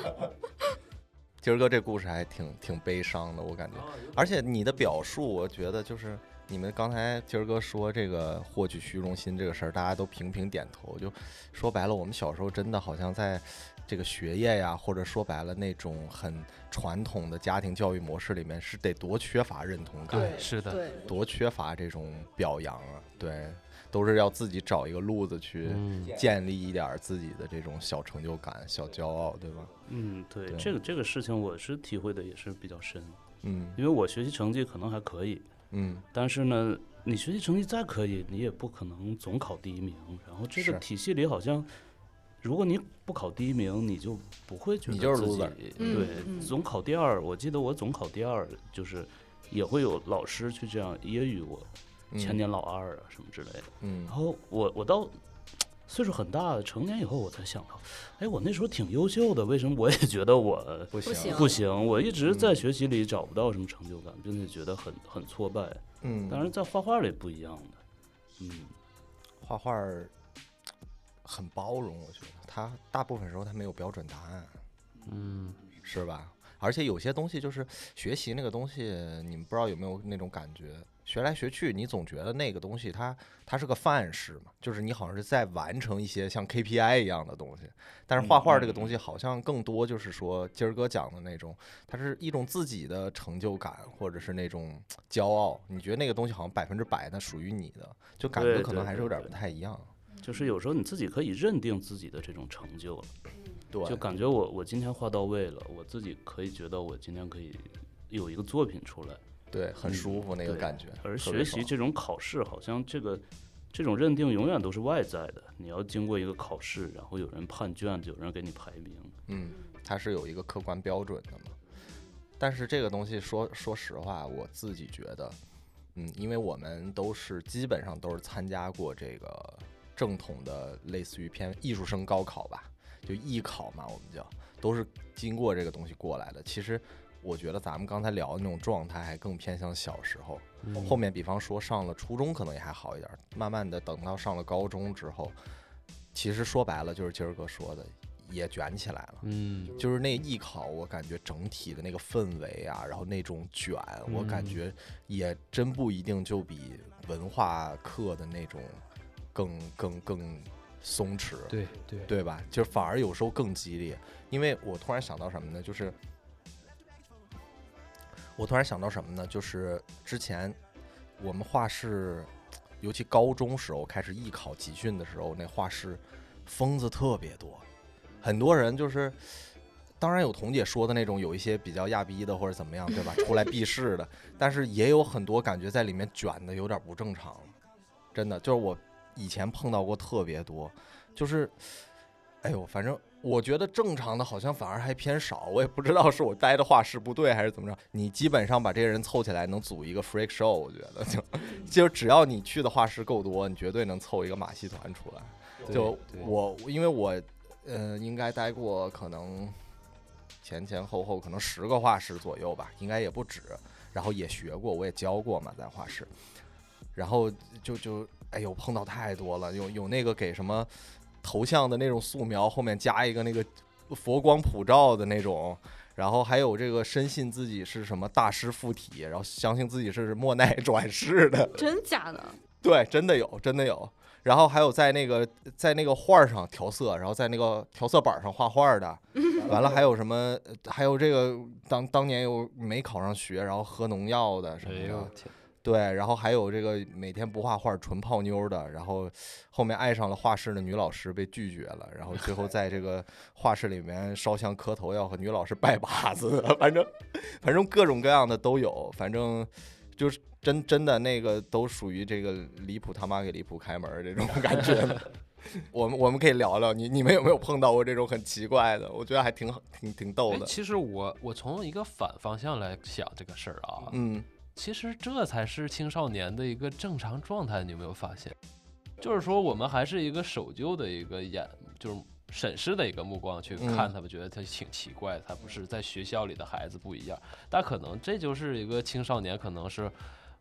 今儿哥这故事还挺挺悲伤的，我感觉，而且你的表述，我觉得就是你们刚才今儿哥说这个获取虚荣心这个事儿，大家都频频点头。就说白了，我们小时候真的好像在这个学业呀，或者说白了那种很传统的家庭教育模式里面，是得多缺乏认同感，哎是的，对，多缺乏这种表扬啊，对，都是要自己找一个路子去。嗯，建立一点儿自己的这种小成就感、小骄傲，对吧？嗯，对，对这个这个事情我是体会的也是比较深，嗯因为我学习成绩可能还可以，嗯，但是呢，你学习成绩再可以，你也不可能总考第一名。然后这是个体系里好像，如果你不考第一名，你就不会觉你得就是自己 loser 嗯对，嗯总考第二。我记得我总考第二，就是也会有老师去这样揶揄我，嗯前年老二啊什么之类的。嗯然后我我到岁数很大了，成年以后，我才想到，哎，我那时候挺优秀的，为什么我也觉得我不不行不行？我一直在嗯学习里找不到什么成就感，并且觉得很很挫败。嗯，当然，在画画里不一样的，嗯，画画儿很包容，我觉得他大部分时候他没有标准答案，嗯，是吧？而且有些东西就是学习那个东西，你们不知道有没有那种感觉，学来学去，你总觉得那个东西它它是个范式嘛，就是你好像是在完成一些像 KPI 一样的东西。但是画画这个嗯东西好像更多就是说，今儿哥讲的那种，它是一种自己的成就感，或者是那种骄傲。你觉得那个东西好像百分之百那属于你的，就感觉对可能对还是对有点对不太一样。就是有时候你自己可以认定自己的这种成就了，对，就感觉我我今天画到位了，我自己可以觉得我今天可以有一个作品出来。对，很嗯舒服那个对感觉。而特别学习爽这种考试，好像这个这种认定永远都是外在的，你要经过一个考试，然后有人判卷子，有人给你排名。嗯，它是有一个客观标准的嘛。但是这个东西说说实话，我自己觉得，嗯，因为我们都是基本上都是参加过这个正统的类似于偏艺术生高考吧，就艺考嘛，我们叫都是经过这个东西过来的。其实我觉得咱们刚才聊的那种状态，还更偏向小时候。嗯后面比方说上了初中可能也还好一点儿，慢慢的等到上了高中之后，其实说白了就是今儿哥说的，也卷起来了。嗯，就是那艺考，我感觉整体的那个氛围啊，然后那种卷，我感嗯觉也真不一定就比文化课的那种更更更松弛，对对对吧？就反而有时候更激烈，因为我突然想到什么呢？就是我突然想到什么呢？就是之前我们画室，尤其高中时候开始艺考集训的时候，那画室疯子特别多，很多人就是。当然有彤姐说的那种，有一些比较亚逼的或者怎么样，对吧？出来避世的，但是也有很多感觉在里面卷的有点不正常了，真的就是我以前碰到过特别多，就是，哎呦，反正我觉得正常的好像反而还偏少，我也不知道是我待的画室不对还是怎么着。你基本上把这些人凑起来能组一个 freak show，我觉得就就只要你去的画室够多，你绝对能凑一个马戏团出来。就对我因为我呃，应该待过可能前前后后可能十个画室左右吧，应该也不止。然后也学过，我也教过嘛，在画室。然后就就哎呦，碰到太多了，有有那个给什么头像的那种素描，后面加一个那个佛光普照的那种。然后还有这个深信自己是什么大师附体，然后相信自己是莫奈 <laughs> 转世的，真假的？对，真的有，真的有。然后还有在那个在那个画儿上调色，然后在那个调色板上画画儿的，完了还有什么？呃还有这个当当年有没考上学，然后喝农药的什哎么呦的我，天，对。然后还有这个每天不画画儿纯泡妞的，然后后面爱上了画室的女老师被拒绝了，然后最后在这个画室里面烧香磕头要和女老师拜把子， <laughs> 反正反正各种各样的都有，反正就是真真的那个都属于这个离谱他妈给离谱开门儿这种感觉了。 <laughs> 我们我们可以聊聊你你们有没有碰到过这种很奇怪的？我觉得还挺好挺挺逗哎，的。其实我我从一个反方向来想这个事儿啊，嗯，其实这才是青少年的一个正常状态，你有没有发现？就是说，我们还是一个守旧的一个眼，就是审视的一个目光去嗯看他们，觉得他挺奇怪，他不是在学校里的孩子不一样。但可能这就是一个青少年，可能是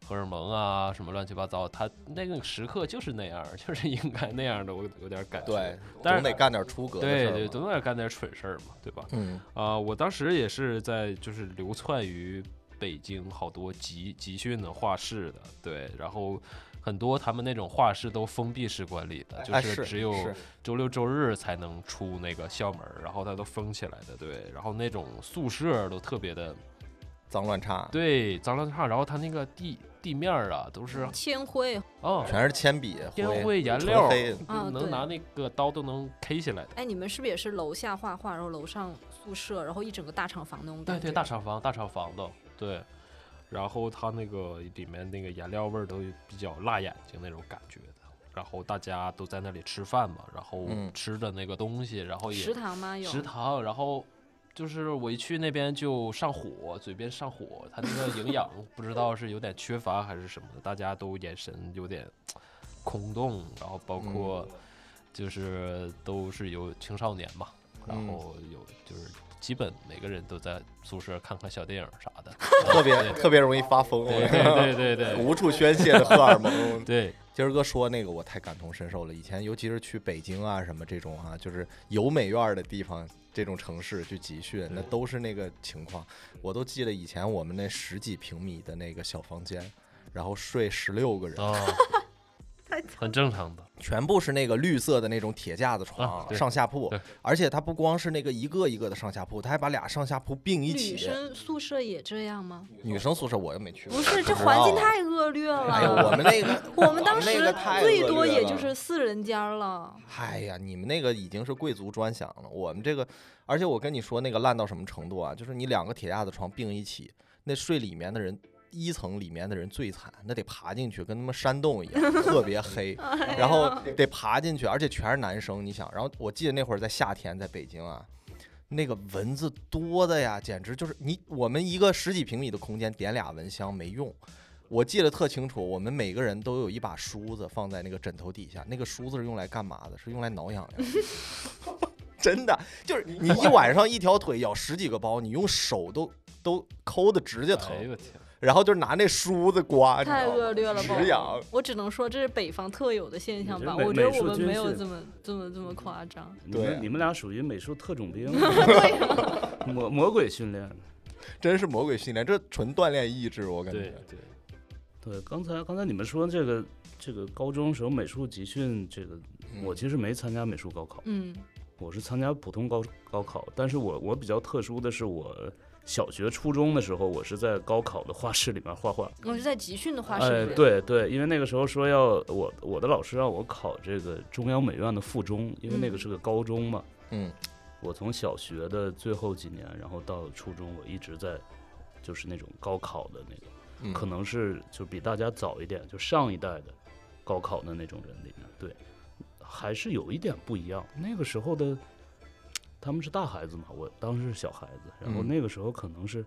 荷尔蒙啊，什么乱七八糟，他那个时刻就是那样， <laughs> 就是应该那样的，我有点感觉。对，但总是得干点出格的事对儿对，嘛总得干点蠢事儿嘛，对吧？嗯啊、我当时也是在就是流窜于北京好多集集训的画室的，对，然后很多他们那种画室都封闭式管理的，就哎是是只有是周六周日才能出那个校门儿，然后它都封起来的，对，然后那种宿舍都特别的脏乱差，对脏乱差，然后它那个地地面儿啊都是天灰，哦。全是铅笔烟灰灰、颜纯料黑儿，啊能对拿那个刀都能 K 起来的。哎，你们是不是也是楼下画画，然后楼上宿舍，然后一整个大厂房那种对感觉？对，大厂房，大厂房的，对。然后它那个里面那个颜料味儿都比较辣眼睛那种感觉的。然后大家都在那里吃饭嘛，然后嗯吃的那个东西，然后也食堂吗？有食堂，然后就是我一去那边就上火，嘴边上火，它那个营养不知道是有点缺乏还是什么的，大家都眼神有点空洞，然后包嗯括就是都是有青少年嘛，然嗯后有就是基本每个人都在宿舍看看小电影啥的，特别特别容易发疯，对对对对对无处宣泄的荷尔 <laughs> 蒙。 <laughs> 对，今儿哥说那个我太感同身受了，以前尤其是去北京啊什么这种啊，就是有美院儿的地方。这种城市去集训，那都是那个情况。我都记得以前我们那十几平米的那个小房间，然后睡十六个人，啊太，很正常的，全部是那个绿色的那种铁架子床，啊对上下铺对。而且它不光是那个一个一个的上下铺，它还把俩上下铺并一起。女生宿舍也这样吗？女生宿舍我又没去过，不是，这知环境道太恶劣了。哎呀，我们那个 <laughs> 我们当那时个太最恶多劣也了就是四人间儿了。哎呀，你们那个已经是贵族专享了，我们这个，而且我跟你说，那个烂到什么程度啊？就是你两个铁架子床并一起，那睡里面的人，一层里面的人最惨，那得爬进去，跟他妈山洞一样，特别黑，然后得爬进去，而且全是男生，你想，然后我记得那会儿在夏天，在北京啊。那个蚊子多的呀，简直就是你我们一个十几平米的空间点俩蚊香没用，我记得特清楚，我们每个人都有一把梳子放在那个枕头底下，那个梳子是用来干嘛的？是用来挠痒痒的。 <laughs> 真的，就是你一晚上一条腿咬十几个包，你用手都都抠的指甲疼哎，呦我天，然后就拿那梳子刮，太恶劣了吧止痒。我只能说这是北方特有的现象吧，你这美我觉得美术我们军没有训这么这么这么夸张。你对们你们俩属于美术特 <laughs> 种兵， <laughs> 魔魔鬼训练。真是魔鬼训练，这纯锻炼意志，我感对觉。对。对，刚才刚才你们说这个这个高中时候美术集训，这个嗯我其实没参加美术高考，嗯，我是参加普通高高考，但是我我比较特殊的是，我小学初中的时候，我是在高考的画室里面画画。我是在集训的话哎是，不是？对对，因为那个时候说要我我的老师让我考这个中央美院的附中，因为那个嗯是个高中嘛。嗯，我从小学的最后几年，然后到初中，我一直在就是那种高考的那个。嗯可能是就比大家早一点，就上一代的高考的那种人里面，对，还是有一点不一样。那个时候的他们是大孩子嘛，我当时是小孩子，然后嗯那个时候可能是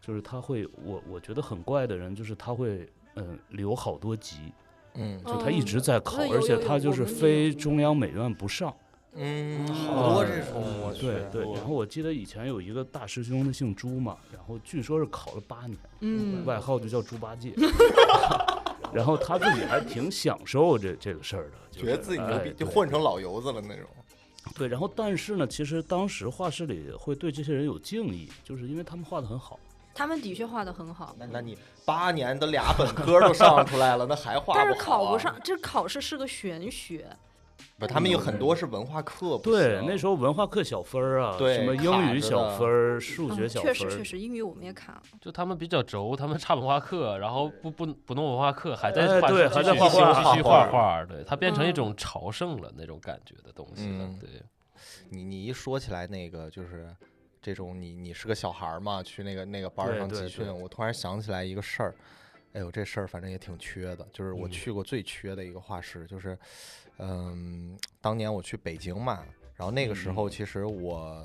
就是他会，我我觉得很怪的人就是他会。嗯，留好多级，嗯哦就他一直在考，对有而且有有他就我是们也有非中央美院不上，嗯，好哦多这种模对式，对，然后我记得以前有一个大师兄，他姓朱嘛，然后据说是考了八年，嗯，外号就叫猪八戒。然后他自己还挺享受这这个事儿的，就嗯是觉得自己牛哎逼，就对混成老油子了那种。对。然后但是呢，其实当时画室里会对这些人有敬意，就是因为他们画的很好。他们的确画的很好，那那你八年的俩本科都上出来了，那还画但不是好考不啊上，这考试是个玄学，不，他们有很多是文化课，不对，行那时候文化课小分儿啊，对什么卡英语着小的分儿、数嗯学小分确儿，实确实，英语我们也卡了，就他们比较轴，他们差文化课，然后不不不弄文化课，还在哎画对继还在续画画继画续画画画，对，它变成一嗯种朝圣了那种感觉的东西了嗯， <laughs> 对。你你一说起来那个就是这种你你是个小孩儿嘛，去那个那个班儿对上对集训，对我突然想起来一个事儿，哎呦这事儿反正也挺缺的，就是嗯我去过最缺的一个画室，就是嗯，当年我去北京嘛，然后那个时嗯候其实我。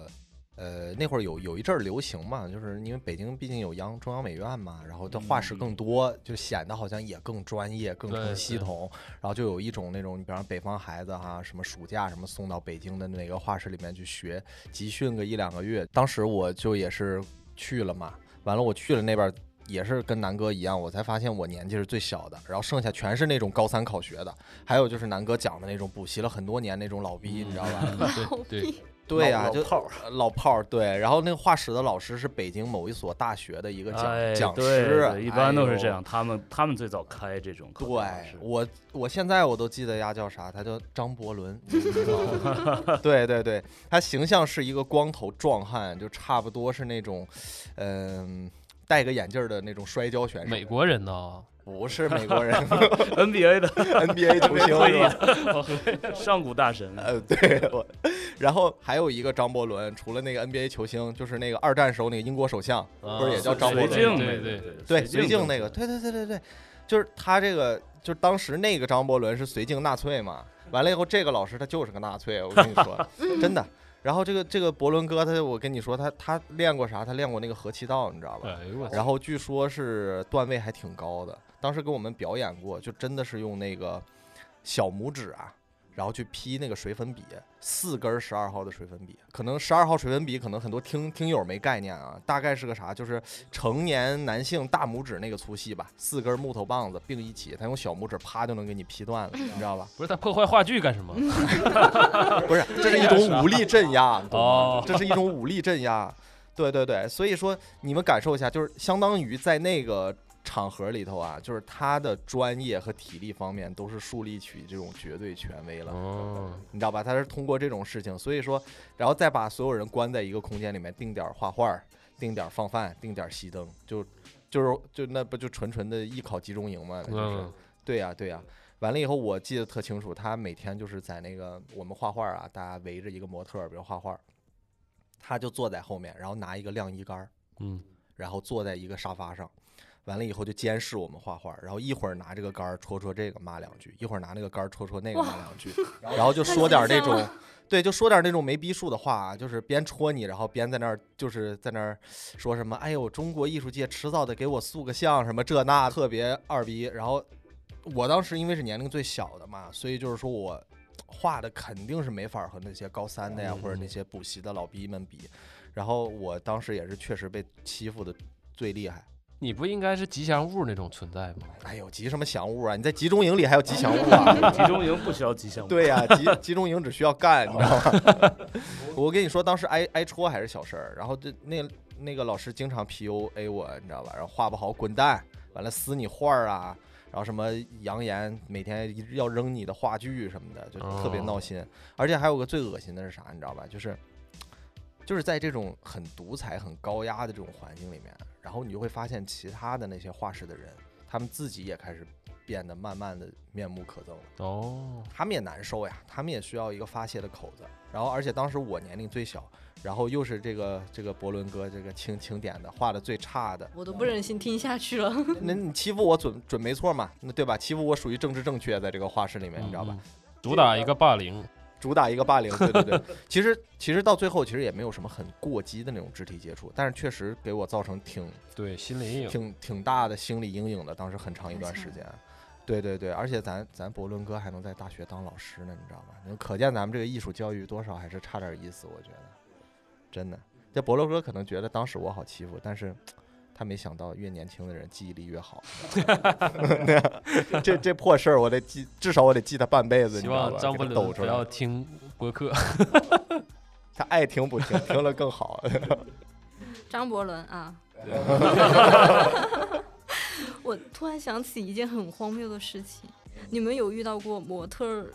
呃，那会儿有有一阵儿流行嘛，就是因为北京毕竟有央中央美院嘛，然后它画嗯室更多，就显得好像也更专业、更对成系对统。然后就有一种那种，你比方北方孩子哈、什么暑假什么送到北京的哪个画室里面去学集训个一两个月。当时我就也是去了嘛，完了我去了那边。也是跟南哥一样，我才发现我年纪是最小的，然后剩下全是那种高三考学的，还有就是南哥讲的那种补习了很多年那种老逼，你知道吧？嗯对对， <laughs> 对呀、老就炮呃老炮儿对。然后那个画室的老师是北京某一所大学的一个讲、哎，讲对师，对一般都哎是呦这样。他们他们最早开这种考对试方式，我，我现在我都记得丫叫啥，他叫张伯伦。你知道 <laughs> 吗对对对，他形象是一个光头壮汉，就差不多是那种，嗯、戴个眼镜儿的那种摔跤选手。美国人呢， <laughs> 不是美国人 <laughs> NBA 的，NBA 球星退是吧？役上古大神，呃，对，我，然后还有一个张伯伦，除了那个 NBA 球星，就是那个二战时候那个英国首相，不是也啊叫张伯水伦？镜对那个对对，绥靖那政个，策对对对对对，就是他这个，就是当时那个张伯伦是绥靖纳粹嘛，完了以后这个老师他就是个纳粹，我跟你说，真的。然后这个这个伯伦哥他，我跟你说，他他练过啥？他练过那个合气道，你知道吧？哎呦我然后据说是段位还挺高的，当时给我们表演过，就真的是用那个小拇指啊，然后去劈那个水粉笔，四根十二号的水粉笔。可能十二号水粉笔，可能很多听听友没概念啊，大概是个啥？就是成年男性大拇指那个粗细吧，四根木头棒子并一起，他用小拇指啪就能给你劈断了，你知道吧？不是他破坏话剧干什么？嗯不是，这是一种武力镇压，你懂吗 <laughs> 哦，这是一种武力镇压。对对对，所以说你们感受一下，就是相当于在那个场合里头啊，就是他的专业和体力方面都是树立起这种绝对权威了， <laughs> 嗯，你知道吧？他是通过这种事情，所以说，然后再把所有人关在一个空间里面，定点画画，定点放饭，定点熄灯，就就是就那不就纯纯的艺考集中营嘛，那就是。嗯对呀、对呀、完了以后，我记得特清楚，他每天就是在那个我们画画啊，大家围着一个模特儿，比如画画，他就坐在后面，然后拿一个晾衣杆儿，嗯，然后坐在一个沙发上，完了以后就监视我们画画，然后一会儿拿这个杆儿戳戳这个骂两句，一会儿拿那个杆儿戳戳那个骂两句，然后就说点儿那种，对，就说点儿那种没逼数的话啊，就是边戳你，然后边在那儿就是在那儿说什么，哎呦，中国艺术界迟早得给我塑个像，什么这那，特别二逼。然后我当时因为是年龄最小的嘛，所以就是说我。画的肯定是没法儿和那些高三的呀，或者那些补习的老逼们比。然后我当时也是确实被欺负的最厉害。你不应该是吉祥物那种存在吗？哎呦，集什么祥物啊？你在集中营里还有集祥物啊？集中营不需要吉祥物，对呀、集集中营只需要干，你知道吗？ <laughs> 我跟你说，当时挨挨戳还是小事儿，然后这那那个老师经常 PUA 我，你知道吧？然后画不好滚蛋，完了撕你画儿啊，然后什么扬言每天要扔你的话剧什么的，就特别闹心。而且还有个最恶心的是啥，你知道吧？就是就是在这种很独裁、很高压的这种环境里面，然后你就会发现其他的那些画室的人，他们自己也开始变得慢慢的面目可憎了。哦，他们也难受呀，他们也需要一个发泄的口子。然后，而且当时我年龄最小，然后又是这个这个伯伦哥这个清清点的画的最差的，我都不忍心听下去了。那你欺负我准准没错嘛，那对吧？欺负我属于政治正确，在这个画室里哎面，你知道嗯吧？主打一个霸凌，主打一个霸凌，对对对。其实其实到最后，其实也没有什么很过激的那种肢体接触，但是确实给我造成挺对，心理阴影。挺挺大的心理阴影的，当时很长一段时间。对对对，而且咱咱博伦哥还能在大学当老师呢，你知道吗？就可见咱们这个艺术教育多少还是差点意思，我觉得，真的。这博伦哥可能觉得当时我好欺负，但是他没想到越年轻的人记忆力越 <laughs> 好。这这破事儿我得记，至少我得记他半辈子，你希知道望吧？张给伯他伦抖出不来要听播客。他爱听不听，听了更 <laughs> 好。张伯伦啊。 <laughs> 我突然想起一件很荒谬的事情，你们有遇到过模特儿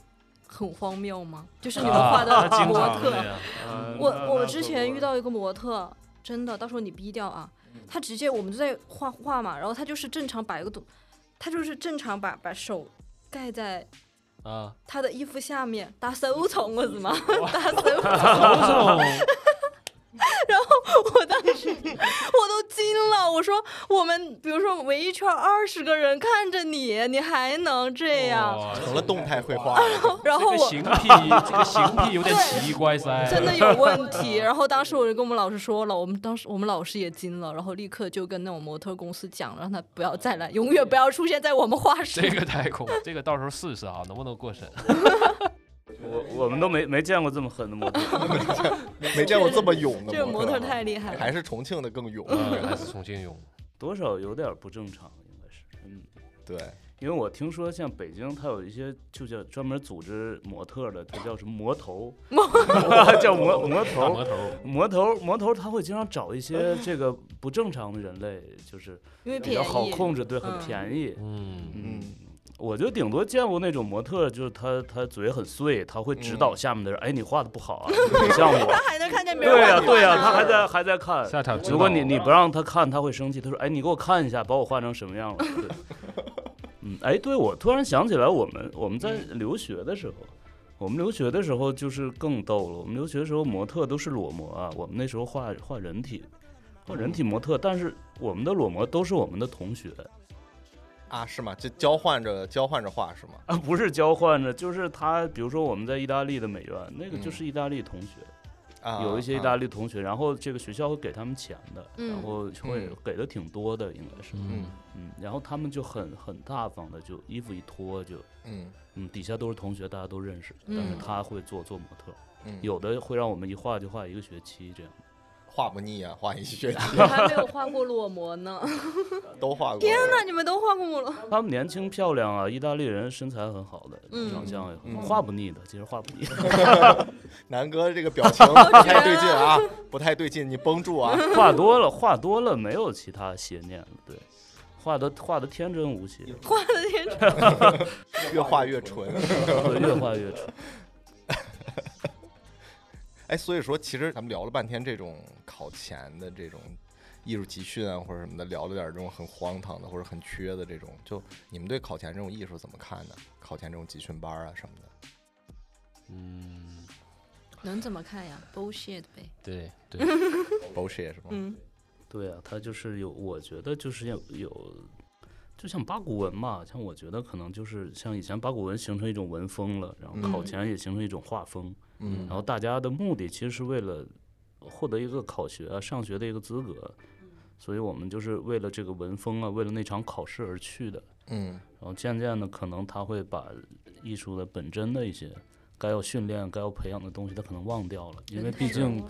很荒谬吗？就是你们画的啊经模常特，的 <laughs> 呀嗯呃我那我那之可前不遇到一个模特，真的，到时候你逼掉啊。他直接我们就在画画嘛，然后他就是正常把一个东，他就是正常把把手盖在啊， <laughs> 他的衣服下面，打手宠我 <laughs> 是吗？打手宠。 <laughs> 然后我当时我都惊了，我说我们比如说围一圈二十个人看着你，你还能这样？哦哇成了动态绘画了， <laughs> 然后这个我形癖，这个形癖有点对奇怪哎噻。真的有问 <laughs> 题。然后当时我就跟我们老师说了，我们当时我们老师也惊了，然后立刻就跟那种模特公司讲，让他不要再来，永远不要出现在我们画室。 <laughs> 这个太恐怖，这个到时候试试啊，能不能过审？我我们都没没见过这么狠的模特， <laughs> 没见过这么勇 <laughs> 的这个模特特，太厉害了。还是重庆的更勇。嗯，还是重庆用。多少有点不正常，应该是，嗯，对，因为我听说像北京，它有一些就叫专门组织模特的，它叫什么魔头， <laughs> 叫魔大魔头魔，头，魔头魔头，他会经常找一些这个不正常的人类，就是因为比便较好宜，控制，对，嗯很便宜，嗯，嗯嗯。我就顶多见过那种模特，就是他他嘴很碎，他会指导下面的人，哎，你画的不好啊，你不 <laughs> 像我。还能看见别人对呀、画图对呀、呢他还在还在看。下场指导如果你你不让他看，他会生气。他说：“哎，你给我看一下，把我画成什么样了？” <laughs> 对，嗯，哎，对，我突然想起来，我们我们在嗯留学的时候，我们留学的时候就是更逗了。我们留学的时候，模特都是裸模啊，我们那时候画画人体，画人体模特，但是我们的裸模都是我们的同学 <laughs> 啊，是吗？就交换着交换着画是吗？啊，不是交换着，就是他，比如说我们在意大利的美院，那个就是意大利同学。嗯啊，有一些意啊大利同学，然后这个学校会给他们钱的，嗯然后会嗯给的挺多的，应该是，嗯，嗯，然后他们就很很大方的，就衣服一脱就，嗯嗯，底下都是同学，大家都认识，但是嗯他会做做模特，嗯，有的会让我们一画就画一个学期这样，画不腻啊，画一学期我还没有画过裸模呢。都画过。天哪，你们都画过裸模？他们年轻漂亮啊，意大利人身材很好的，嗯长相也很嗯好，画不腻的，其实画不腻，南哥这个表情不太对劲啊，不太对劲，你绷住 <laughs> 啊。画多了画多了没有其他邪念了，对，画的画的天真无邪，画的天真，越画越纯。会越画越丑。哎，所以说其实咱们聊了半天这种考前的这种艺术集训啊，或者什么的，聊了点这种很荒唐的或者很缺的这种，就你们对考前这种艺术怎么看呢？考前这种集训班啊什么的，嗯，能怎么看呀？bullshit 呗。对对，都是也是吗？嗯，对啊，他就是有，我觉得就是有有，就像八股文嘛，像我觉得可能就是像以前八股文形成一种文风了，然后考嗯前也形成一种画风，嗯然后大家的目的其实是为了获得一个考学、啊、上学的一个资格，所以我们就是为了这个文风啊，为了那场考试而去的。嗯然后渐渐的，可能他会把艺术的本真的一些该要训练、该要培养的东西，他可能忘掉了，因为毕竟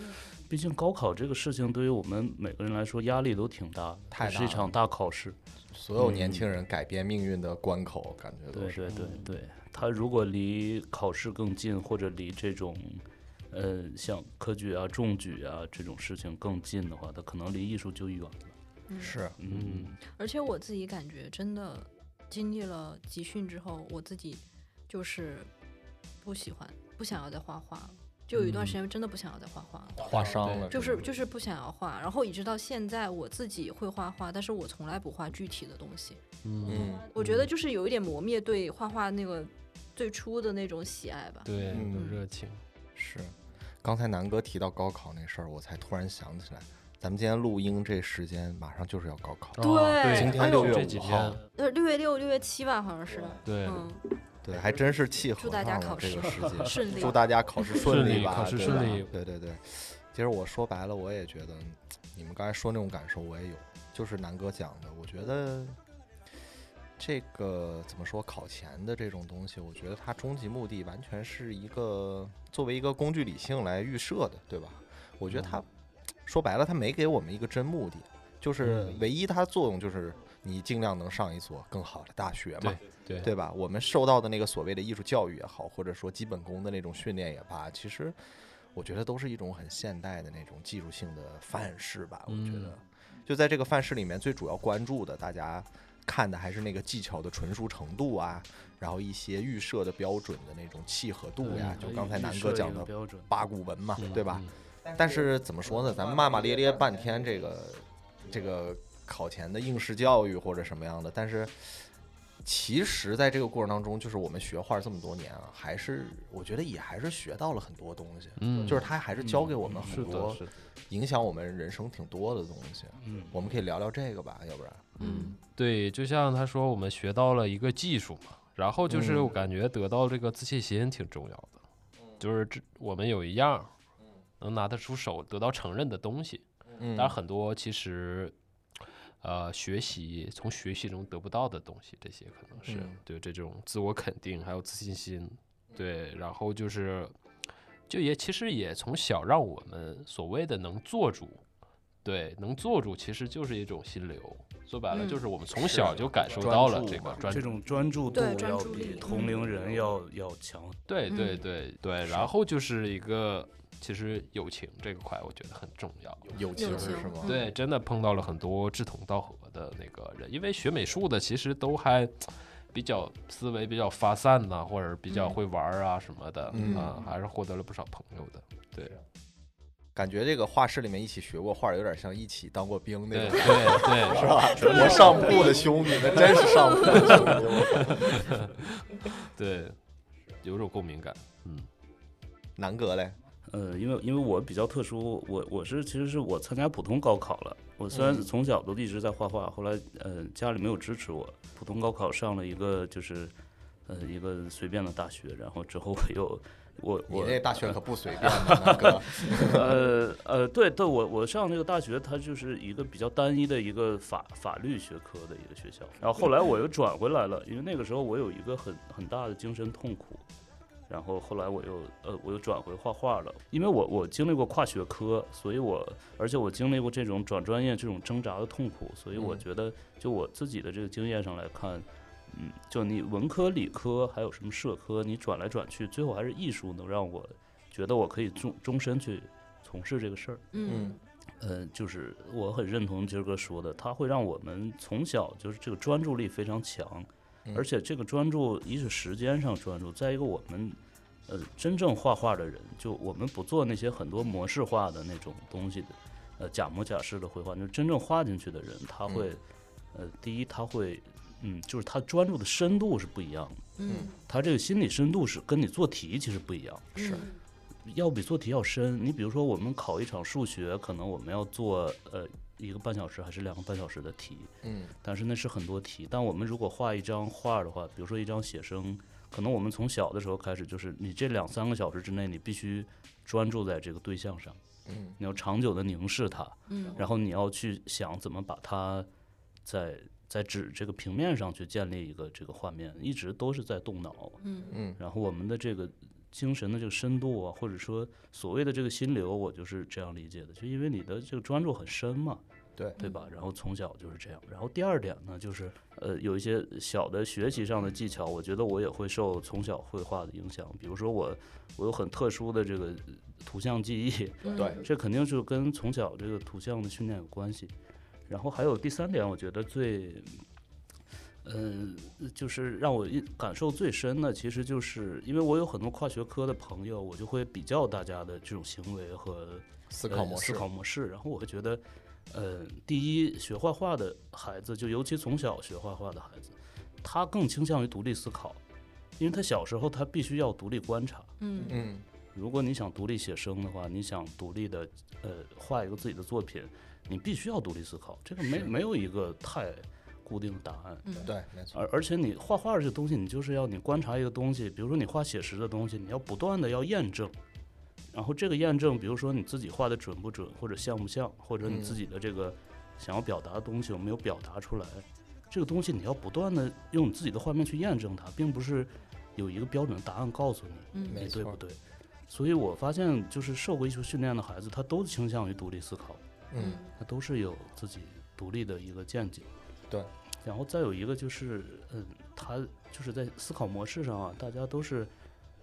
毕竟高考这个事情对于我们每个人来说压力都挺大的，太大是一场大考试。所有年轻人改变命运的关口，感觉都嗯对是。嗯对对对，他如果离考试更近，或者离这种呃像科举啊、中举啊这种事情更近的话，他可能离艺术就远了。是，嗯，而且我自己感觉，真的经历了集训之后，我自己就是不喜欢，不想要再画画了。就有一段时间真的不想要再画画了，划伤了，就是就是不想要画。然后一直到现在，我自己会画画，但是我从来不画具体的东西。嗯，嗯，我觉得就是有一点磨灭对画画那个最初的那种喜爱吧。对，嗯有热情。是。刚才南哥提到高考那事儿，我才突然想起来，咱们今天录音这时间马上就是要高考，对啊对今天六月这几五号天，呃，六月六、六月七吧，好像是。对，嗯，对，还真是契合祝大家上了考这个试世界。 <laughs> 顺利祝。大家考试顺顺利吧，考试对顺吧利对对对，其实我说白了，我也觉得你们刚才说那种感受我也有，就是南哥讲的，我觉得这个怎么说考前的这种东西，我觉得它终极目的完全是一个作为一个工具理性来预设的，对吧？我觉得它、说白了，它没给我们一个真目的，就是嗯唯一它作用就是你尽量能上一所更好的大学嘛对，对对吧？我们受到的那个所谓的艺术教育也好，或者说基本功的那种训练也罢，其实我觉得都是一种很现代的那种技术性的范式吧。我觉嗯得，就在这个范式里面，最主要关注的大家。看的还是那个技巧的纯熟程度啊，然后一些预设的标准的那种契合度嗯呀，对就刚才预南设哥一讲个的标准，八股文嘛，对吧？？嗯但是怎么说呢？咱们骂骂咧咧半天，这个这个考前的应试教育或者什么样的，但是其实在这个过程当中，就是我们学画这么多年啊，还是我觉得也还是学到了很多东西，嗯，就是它还是教给我们嗯很多是的，影响我们人生挺多的东西。嗯，我们可以聊聊这个吧，要不然，嗯，对，就像他说，我们学到了一个技术嘛，然后就是嗯我感觉得到这个自信心挺重要的，就是这我们有一样能拿得出手、得到承认的东西，嗯但是很多其实，呃，学习从学习中得不到的东西，这些可能是、嗯对这种自我肯定还有自信心，对，然后就是，就也其实也从小让我们所谓的能做主，对，能做主其实就是一种心流，说白了嗯就是我们从是啊小就感受专到了注这嘛个专这种专注度对专要注比力同龄人要要强，对对嗯对对，然后就是一个其实友情这个块，我觉得很重要。友情友是情吗？嗯对，真的碰到了很多志同道合的那个人，因为学美术的其实都还比较思维比较发散呐、或者比较嗯会玩儿啊什么的，嗯啊，还是获得了不少朋友的。对感觉这个画室里面一起学过画，有点像一起当过兵那对对 <laughs> 种。对，是吧？我上铺的兄弟，那真是上铺的兄弟。对，有种共鸣感。嗯，南哥嘞，呃，因为因为我比较特殊，我我是其实是我参加普通高考了。我虽然嗯从小都一直在画画，后来呃家里没有支持我，普通高考上了一个就是呃一个随便的大学，然后之后我又我你我那大学可不随便的，南 <laughs> 哥。呃呃对对，我我上那个大学，它就是一个比较单一的一个法法律学科的一个学校。然后后来我又转回来了，因为那个时候我有一个很很大的精神痛苦。然后后来我又呃我又转回画画了，因为我我经历过跨学科，所以我而且我经历过这种转专业这种挣扎的痛苦，所以我嗯觉得就我自己的这个经验上来看。嗯，就你文科、理科还有什么社科，你转来转去，最后还是艺术能让我觉得我可以终终身去从事这个事儿。嗯嗯，呃，就是我很认同今儿哥说的，它会让我们从小就是这个专注力非常强，嗯而且这个专注一是时间上专注，再一个我们呃真正画画的人，就我们不做那些很多模式化的那种东西的，呃假模假式的绘画，就真正画进去的人，他会、呃第一他会嗯就是他专注的深度是不一样的，嗯他这个心理深度是跟你做题其实不一样。是要比做题要深。你比如说，我们考一场数学，可能我们要做呃一个半小时还是两个半小时的题，嗯但是那是很多题。但我们如果画一张画的话，比如说一张写生，可能我们从小的时候开始，就是你这两三个小时之内，你必须专注在这个对象上，嗯你要长久的凝视它，嗯然后你要去想怎么把它在在纸这个平面上去建立一个这个画面，一直都是在动脑。嗯嗯然后我们的这个精神的这个深度啊，或者说所谓的这个心流，我就是这样理解的，就因为你的这个专注很深嘛，对对吧？然后从小就是这样。然后第二点呢，就是呃，有一些小的学习上的技巧，我觉得我也会受从小绘画的影响，比如说我我有很特殊的这个呃图像记忆，嗯对这肯定是跟从小这个图像的训练有关系。然后还有第三点，我觉得最，嗯、就是让我一感受最深的，其实就是因为我有很多跨学科的朋友，我就会比较大家的这种行为和思呃考模式，思考模式。然后我会觉得，呃，第一，学画画的孩子，就尤其从小学画画的孩子，他更倾向于独立思考，因为他小时候他必须要独立观察。嗯嗯如果你想独立写生的话，你想独立的呃画一个自己的作品，你必须要独立思考，这个没没有一个太固定的答案。对，没错，而而且你画画这东西，你就是要你观察一个东西，比如说你画写实的东西，你要不断的要验证，然后这个验证，比如说你自己画的准不准，或者像不像，或者你嗯自己的这个想要表达的东西有没有表达出来，这个东西你要不断的用你自己的画面去验证它，并不是有一个标准的答案告诉你嗯没你哎对错不对。所以我发现，就是受过艺术训练的孩子，他都倾向于独立思考，嗯，他都是有自己独立的一个见解。对。然后再有一个就是，嗯，他就是在思考模式上啊，大家都是，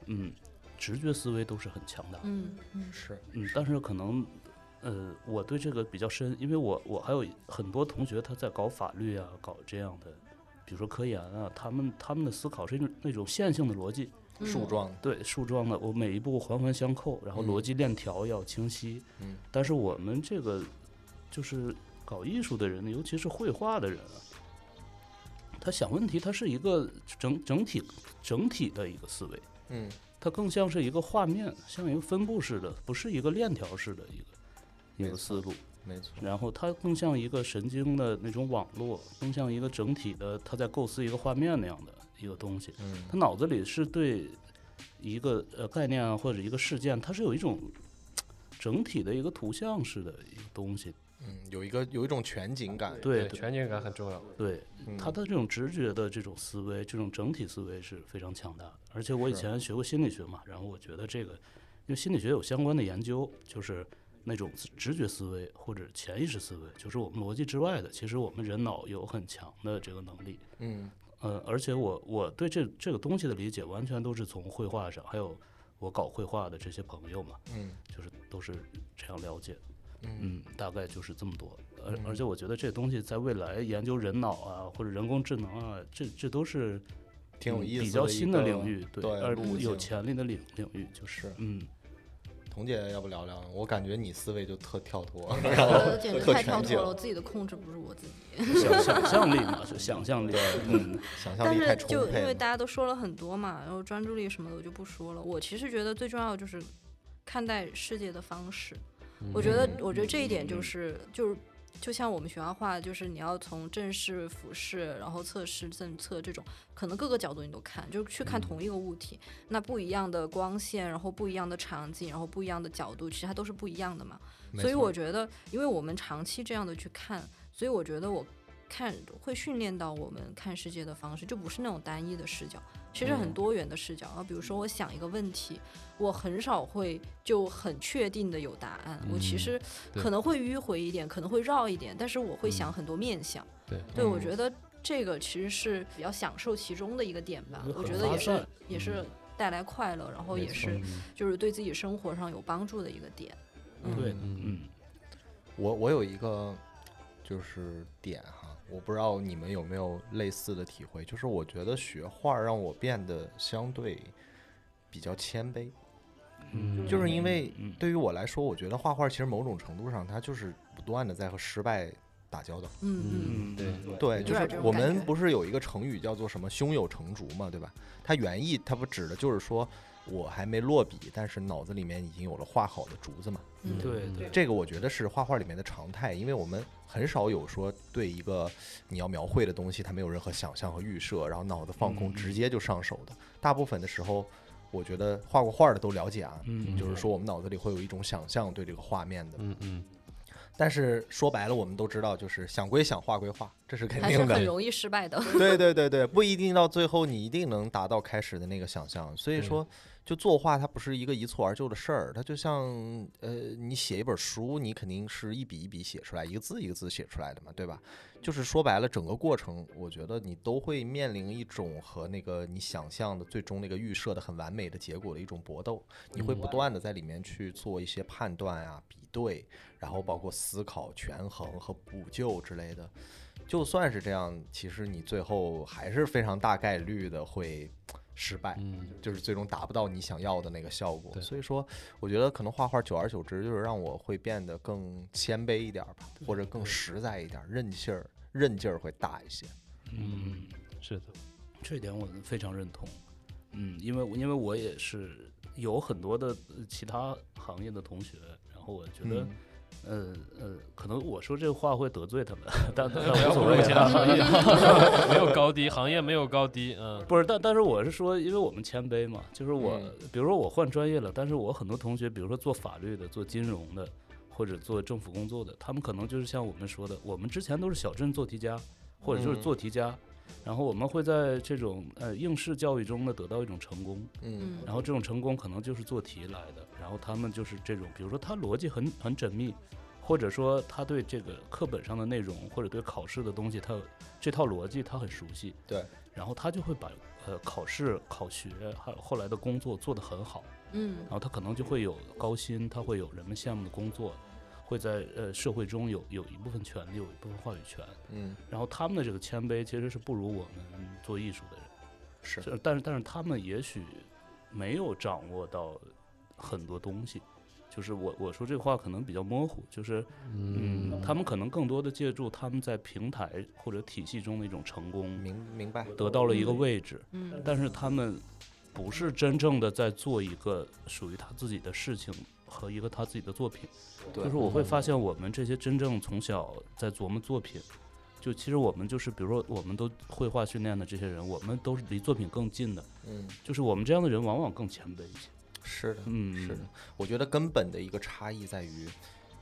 嗯，直觉思维都是很强大的。嗯嗯是，嗯，但是可能，呃，我对这个比较深，因为我我还有很多同学他在搞法律啊，搞这样的，比如说科研啊，他们他们的思考是那种那种线性的逻辑，嗯树状的，对树状的，我每一步环环相扣，然后逻嗯辑链条要清晰。嗯，但是我们这个就是搞艺术的人，尤其是绘画的人啊，他想问题，他是一个整整体整体的一个思维。嗯它更像是一个画面，像一个分布式的，不是一个链条式的一个一没个思路。没错，然后它更像一个神经的那种网络，更像一个整体的，他在构思一个画面那样的一个东西。嗯他脑子里是对一个呃概念啊或者一个事件，它是有一种嘖整体的一个图像式的一个东西。嗯，有一个有一种全景感，对对全景感很重要。对，嗯他的这种直觉的这种思维，这种整体思维是非常强大的。而且我以是前学过心理学嘛，然后我觉得这个，因为心理学有相关的研究，就是那种自直觉思维或者潜意识思维，就是我们逻辑之外的。其实我们人脑有很强的这个能力。嗯呃，而且我我对这这个东西的理解，完全都是从绘画上，还有我搞绘画的这些朋友嘛，嗯就是都是这样了解的。嗯嗯，大概就是这么多。而嗯而且我觉得这东西在未来研究人脑啊，或者人工智能啊，这这都是挺有嗯意思的一个，比较新的领域，对，对而路有径潜力的领领域就是，是嗯，彤姐，要不聊聊？我感觉你思维就特跳 <laughs> 脱，我觉得简直哦特太跳全景脱了，我自己都控制不住我自己。想想象力嘛，是想象力，嗯，想象但力是太充就沛因为了。大家都说了很多嘛，然后专注力什么的我就不说了。我其实觉得最重要的就是看待世界的方式。我觉得嗯，我觉得这一点嗯嗯就嗯是就是。就像我们学校画，就是你要从正视、俯视，然后侧视、正侧这种，可能各个角度你都看，就是去嗯看同一个物体，那不一样的光线，然后不一样的场景，然后不一样的角度，其实它都是不一样的嘛。没所以错我觉得，因为我们长期这样的去看，所以我觉得我看会训练到我们看世界的方式，就不是那种单一的视角，其实很嗯多元的视角。然后比如说我想一个问题，我很少会就很确定的有答案，我其嗯实对可能会迂回一点，可能会绕一点，但是我会想很多面相。对对，我嗯觉得这个其实是比较享受其中的一个点吧就，我很觉得发也是散也是嗯带来快乐，然后没也是就是对自己生活上有帮助的一个点。嗯对，嗯嗯，我我有一个就是点哈，我不知道你们有没有类似的体会，就是我觉得学画让我变得相对比较谦卑，嗯就是因为嗯嗯对于我来说，我觉得画画其实某种程度上它就是不断的在和失败打交道。嗯嗯。嗯，对对，有就点是这种我感们觉不是有一个成语叫做什么“胸有成竹”嘛，对吧？它原意它不指的就是说我还没落笔，但是脑子里面已经有了画好的竹子嘛。嗯对嗯对，这个我觉得是画画里面的常态，因为我们很少有说对一个你要描绘的东西，它没有任何想象和预设，然后脑子放空嗯嗯直接就上手的。大部分的时候，我觉得画过画的都了解啊，嗯，就是说我们脑子里会有一种想象对这个画面的。嗯嗯，但是说白了，我们都知道，就是想归想，画归画，这是肯还是定的很。容易失败的。 <laughs> 对对对对，不一定到最后你一定能达到开始的那个想象。所以对说，就作画它不是一个一蹴而就的事儿，它就像呃，你写一本书，你肯定是一笔一笔写出来，一个字一个字写出来的嘛，对吧？就是说白了，整个过程，我觉得你都会面临一种和那个你想象的最终那个预设的很完美的结果的一种搏斗。你会不断的在里面去做一些判断啊、比对，然后包括思考、权衡和补救之类的。就算是这样，其实你最后还是非常大概率的会失败，嗯，就是最终达不到你想要的那个效果。对所以说，我觉得可能画画久而久之，就是让我会变得更谦卑一点儿吧，或者更实在一点儿，韧性儿、韧劲儿会大一些。嗯。是的，这点我非常认同。嗯，因为我因为我也是有很多的呃其他行业的同学，然后我觉嗯得，呃呃，可能我说这话会得罪他们， <laughs> 但但无所谓其他啊。行业， <laughs> 没有高低，行业没有高低，嗯， <laughs> 不是，但但是我是说，因为我们谦卑嘛，就是我，嗯比如说我换专业了，但是我很多同学，比如说做法律的、做金融的，或者做政府工作的，他们可能就是像我们说的，我们之前都是小镇做题家，或者就是嗯做题家。然后我们会在这种呃应试教育中呢得到一种成功，嗯然后这种成功可能就是做题来的，然后他们就是这种，比如说他逻辑很很缜密，或者说他对这个课本上的内容或者对考试的东西，他有这套逻辑他很熟悉，对，然后他就会把呃考试、考学还有后来的工作做得很好，嗯然后他可能就会有高薪，他会有人们羡慕的工作，会在呃社会中有有一部分权利，有一部分话语权，嗯，然后他们的这个谦卑其实是不如我们做艺术的人。是是，但是但是他们也许没有掌握到很多东西，就是我我说这话可能比较模糊，就是嗯，他们可能更多的借助他们在平台或者体系中的一种成功，明明白，得到了一个位置，嗯但是他们不是真正的在做一个属于他自己的事情和一个他自己的作品。对就是我会发现我们这些真正从小在琢磨作品，就其实我们就是比如说我们都绘画训练的这些人，我们都是离作品更近的。嗯，就是我们这样的人往往更谦卑一些。是的，嗯，是的，我觉得根本的一个差异在于，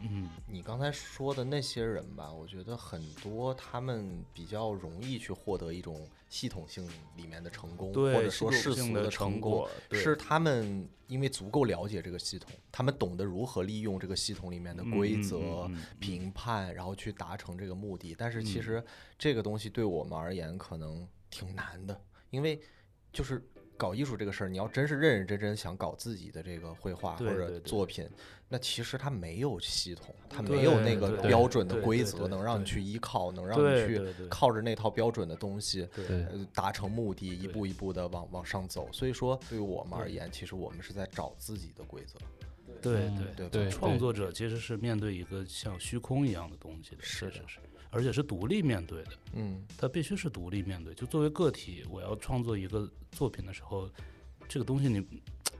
嗯，你刚才说的那些人吧，我觉得很多他们比较容易去获得一种系统性里面的成功，对，或者说系世统俗性的成果，对是他们因为足够了解这个系统，他们懂得如何利用这个系统里面的规则、嗯嗯嗯嗯嗯评判，然后去达成这个目的。但是其嗯实这个东西对我们而言可能挺难的，因为就是搞艺术这个事儿，你要真是认认真真想搞自己的这个绘画或对对者对作品，那其实它没有系统，它没有那对个对标准的对对规对则对能让你对去依靠，能让对你去对对靠着那套标准的东西。对呃达成目的，一对步一步的往往上走。所以说，对于我们而对言，其实我们是在找自己的规则。对对对对创作者其实是面对一个像虚空一样的东西的，是是的是是，而且是独立面对的，嗯，他必须是独立面对。就作为个体，我要创作一个作品的时候，这个东西你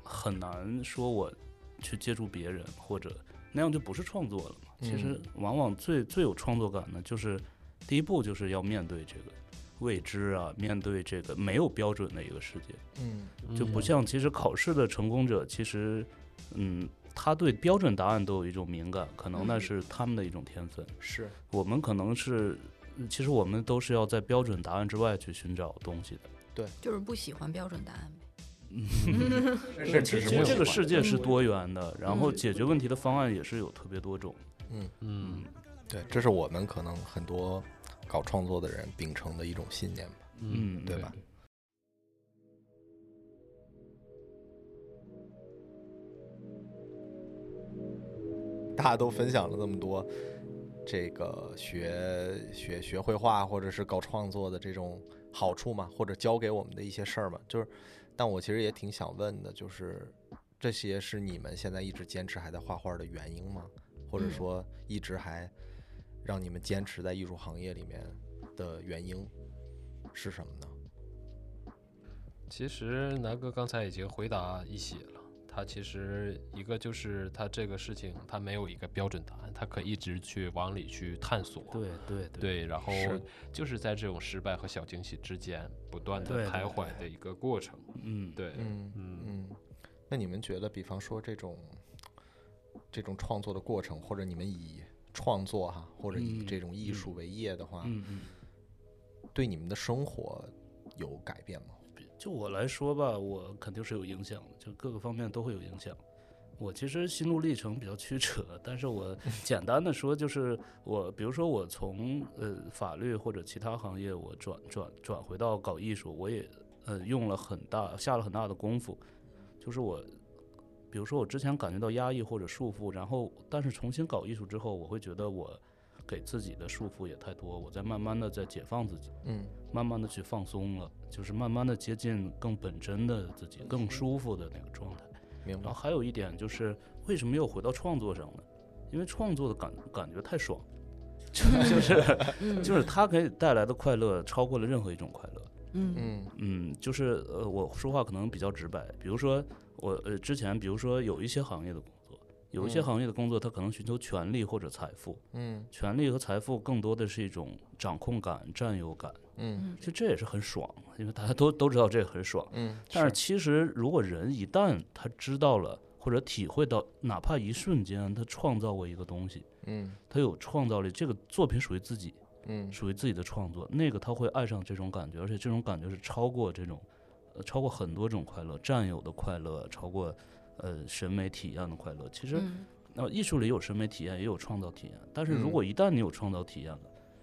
很难说我去借助别人或者那样就不是创作了嘛。其嗯实往往最最有创作感的就是第一步就是要面对这个未知啊，面对这个没有标准的一个世界。嗯，就不像其实考试的成功者，其实，嗯，他对标准答案都有一种敏感，可能那是他们的一种天分。是我们可能是，嗯其实我们都是要在标准答案之外去寻找东西的。就是不喜欢标准答案呗。是其只实是这个世界是嗯多元的，然后解决问题的方案也是有特别多种。嗯对，这是我们可能很多搞创作的人秉承的一种信念吧，嗯，对吧？？大家都分享了这么多，这个学学学绘画或者是搞创作的这种好处嘛，或者教给我们的一些事儿嘛，就是，但我其实也挺想问的，就是这些是你们现在一直坚持还在画画的原因吗？或者嗯说一直还让你们坚持在艺术行业里面的原因是什么呢？其实南哥刚才已经回答一些了，他其实一个就是他这个事情他没有一个标准答案，他可以一直去往里去探索。对对对对，然后是就是在这种失败和小惊喜之间不断对的对徘徊的一个过程。嗯，对，嗯嗯，嗯，那你们觉得，比方说这种这种创作的过程，或者你们以创作哈、或者以嗯这种艺嗯术为业的话，嗯嗯。对你们的生活有改变吗？就我来说吧，我肯定是有影响的，就各个方面都会有影响。我其实心路历程比较曲折，但是我简单的说，就是我，比如说我从呃法律或者其他行业，我转转转回到搞艺术，我也呃用了很大下了很大的功夫，就是我，比如说我之前感觉到压抑或者束缚，然后但是重新搞艺术之后，我会觉得我给自己的束缚也太多，我在慢慢的在解放自己。嗯慢慢的去放松了，就是慢慢的接近更本真的自己，更舒服的那个状态。明然后白。还有一点就是，为什么又回到创作上呢？因为创作的感感觉太爽， <laughs> 就就是嗯就是它给你带来的快乐超过了任何一种快乐。嗯嗯嗯，就是呃，我说话可能比较直白，比如说我呃之前，比如说有一些行业的工作，有一些嗯行业的工作，它可能寻求权利或者财富，嗯权利和财富更多的是一种掌控感、占有感。嗯其实这也是很爽，因为大家都都知道这个很爽。嗯，但是其实如果人一旦他知道了或者体会到，哪怕一瞬间他创造过一个东西，嗯他有创造力，这个作品属于自己，嗯属于自己的创作，那个他会爱上这种感觉，而且这种感觉是超过这种，呃，超过很多种快乐，占有的快乐，超过呃审美体验的快乐。其实，嗯那、艺术里有审美体验，也有创造体验，但是如嗯果一旦你有创造体验了，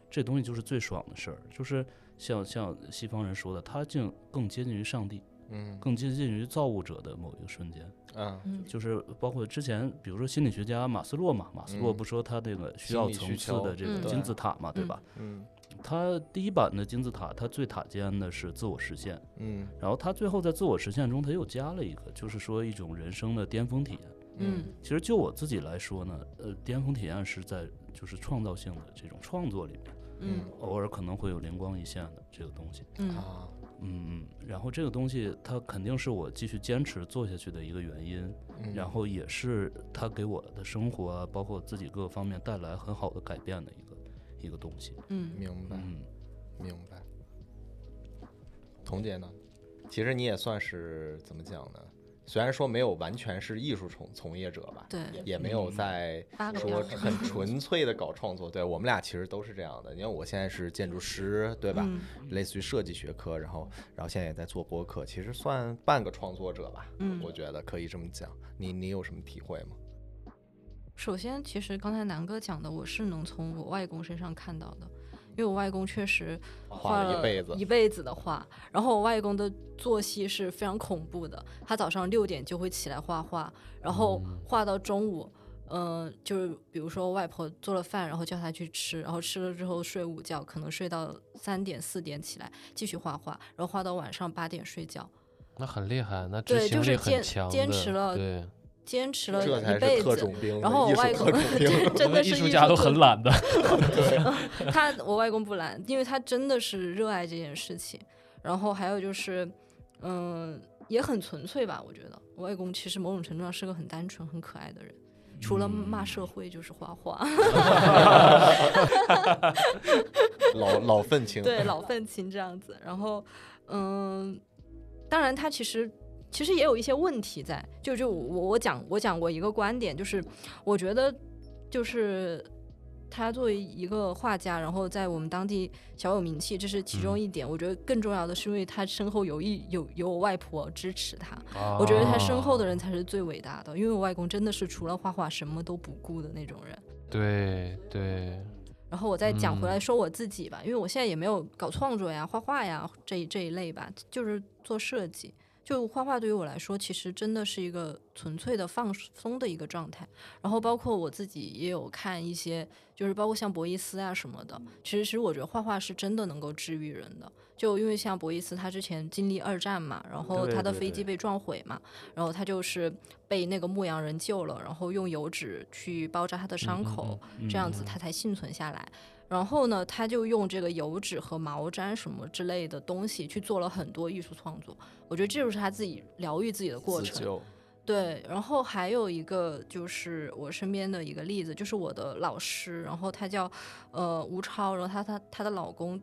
这东西就是最爽的事儿，就是像像西方人说的，它竟更接近于上帝，嗯更接近于造物者的某一个瞬间。嗯，嗯，就是包括之前，比如说心理学家马斯洛嘛，马斯洛嗯不说他这个需心要理层需次求的这嗯个金字塔嘛，对嗯吧？嗯他第一版的金字塔，它最塔尖的是自我实现，嗯然后他最后在自我实现中，他又加了一个，就是说一种人生的巅峰体验。嗯其实就我自己来说呢，呃，巅峰体验是在就是创造性的这种创作里面，嗯偶尔可能会有灵光一现的这个东西。嗯啊，嗯，然后这个东西它肯定是我继续坚持做下去的一个原因，嗯然后也是它给我的生活啊，包括我自己各个方面带来很好的改变的一个一个东西。嗯，明白嗯，明白。童姐呢？其实你也算是怎么讲呢？虽然说没有完全是艺术从从业者吧，对，也没有在八嗯个说标准， <laughs> 很纯粹的搞创作。对我们俩其实都是这样的，因为我现在是建筑师，对吧？嗯类似于设计学科，然后然后现在也在做播客，其实算半个创作者吧，嗯我觉得可以这么讲。你你有什么体会吗？首先，其实刚才南哥讲的，我是能从我外公身上看到的，因为我外公确实画画了一了辈子，一辈子的画。然后我外公的作息是非常恐怖的，他早上六点就会起来画画，然后嗯画到中午。嗯、就是比如说我外婆做了饭，然后叫他去吃，然后吃了之后睡午觉，可能睡到三点四点起来继续画画，然后画到晚上八点睡觉，那很厉害，那执对行就是力很坚强的，坚持了对，坚持了这才一是辈特子种。兵，然后我艺术外公特种 <laughs> 兵。真我们的艺是术家都特很懒的，他我外公不懒，因为他真的是热爱这件事情。然后还有就是，嗯，也很纯粹吧，我觉得我外公其实某种程度上是个很单纯、很可爱的人，除了骂社会就是画画，老老愤青，对老愤青这样子。然后，嗯，当然他其实。其实也有一些问题在，就就我我讲我讲过一个观点，就是我觉得就是他作为一个画家，然后在我们当地小有名气，这是其中一点。我觉得更重要的是，因为他身后有一有有我外婆支持他， <laughs> 我觉得他身后的啊人才是最伟大的。因为我外公真的是除了画画什么都不顾的那种人。对对，然后我再讲回来嗯说我自己吧，因为我现在也没有搞创作呀、画画呀这一这一类吧，就是做设计。就画画对于我来说，其实真的是一个纯粹的放松的一个状态。然后包括我自己也有看一些，就是包括像博伊斯啊什么的，其实其实我觉得画画是真的能够治愈人的。就因为像博伊斯，他之前经历二战嘛，然后对他的对飞机对被撞毁嘛，然后他就是被那个牧羊人救了，然后用油脂去包扎他的嗯伤口，这样嗯子他才幸存下来。然后呢，他就用这个油脂和毛毡什么之类的东西去做了很多艺术创作。我觉得这就是他自己疗愈自己的过自程。救，对，然后还有一个就是我身边的一个例子，就是我的老师，然后他叫呃吴超，然后她她她的老公。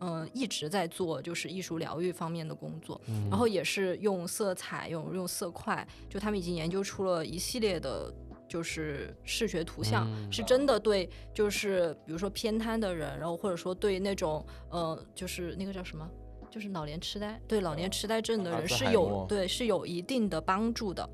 嗯，一直在做就是艺术疗愈方面的工作，嗯然后也是用色彩，用用色块，就他们已经研究出了一系列的，就是视觉图像，嗯是真的对，就是比如说偏瘫的人，然后或者说对那种，呃，就是那个叫什么，就是老年痴呆，对老年痴呆症的阿人兹是海有默对是有一定的帮助的。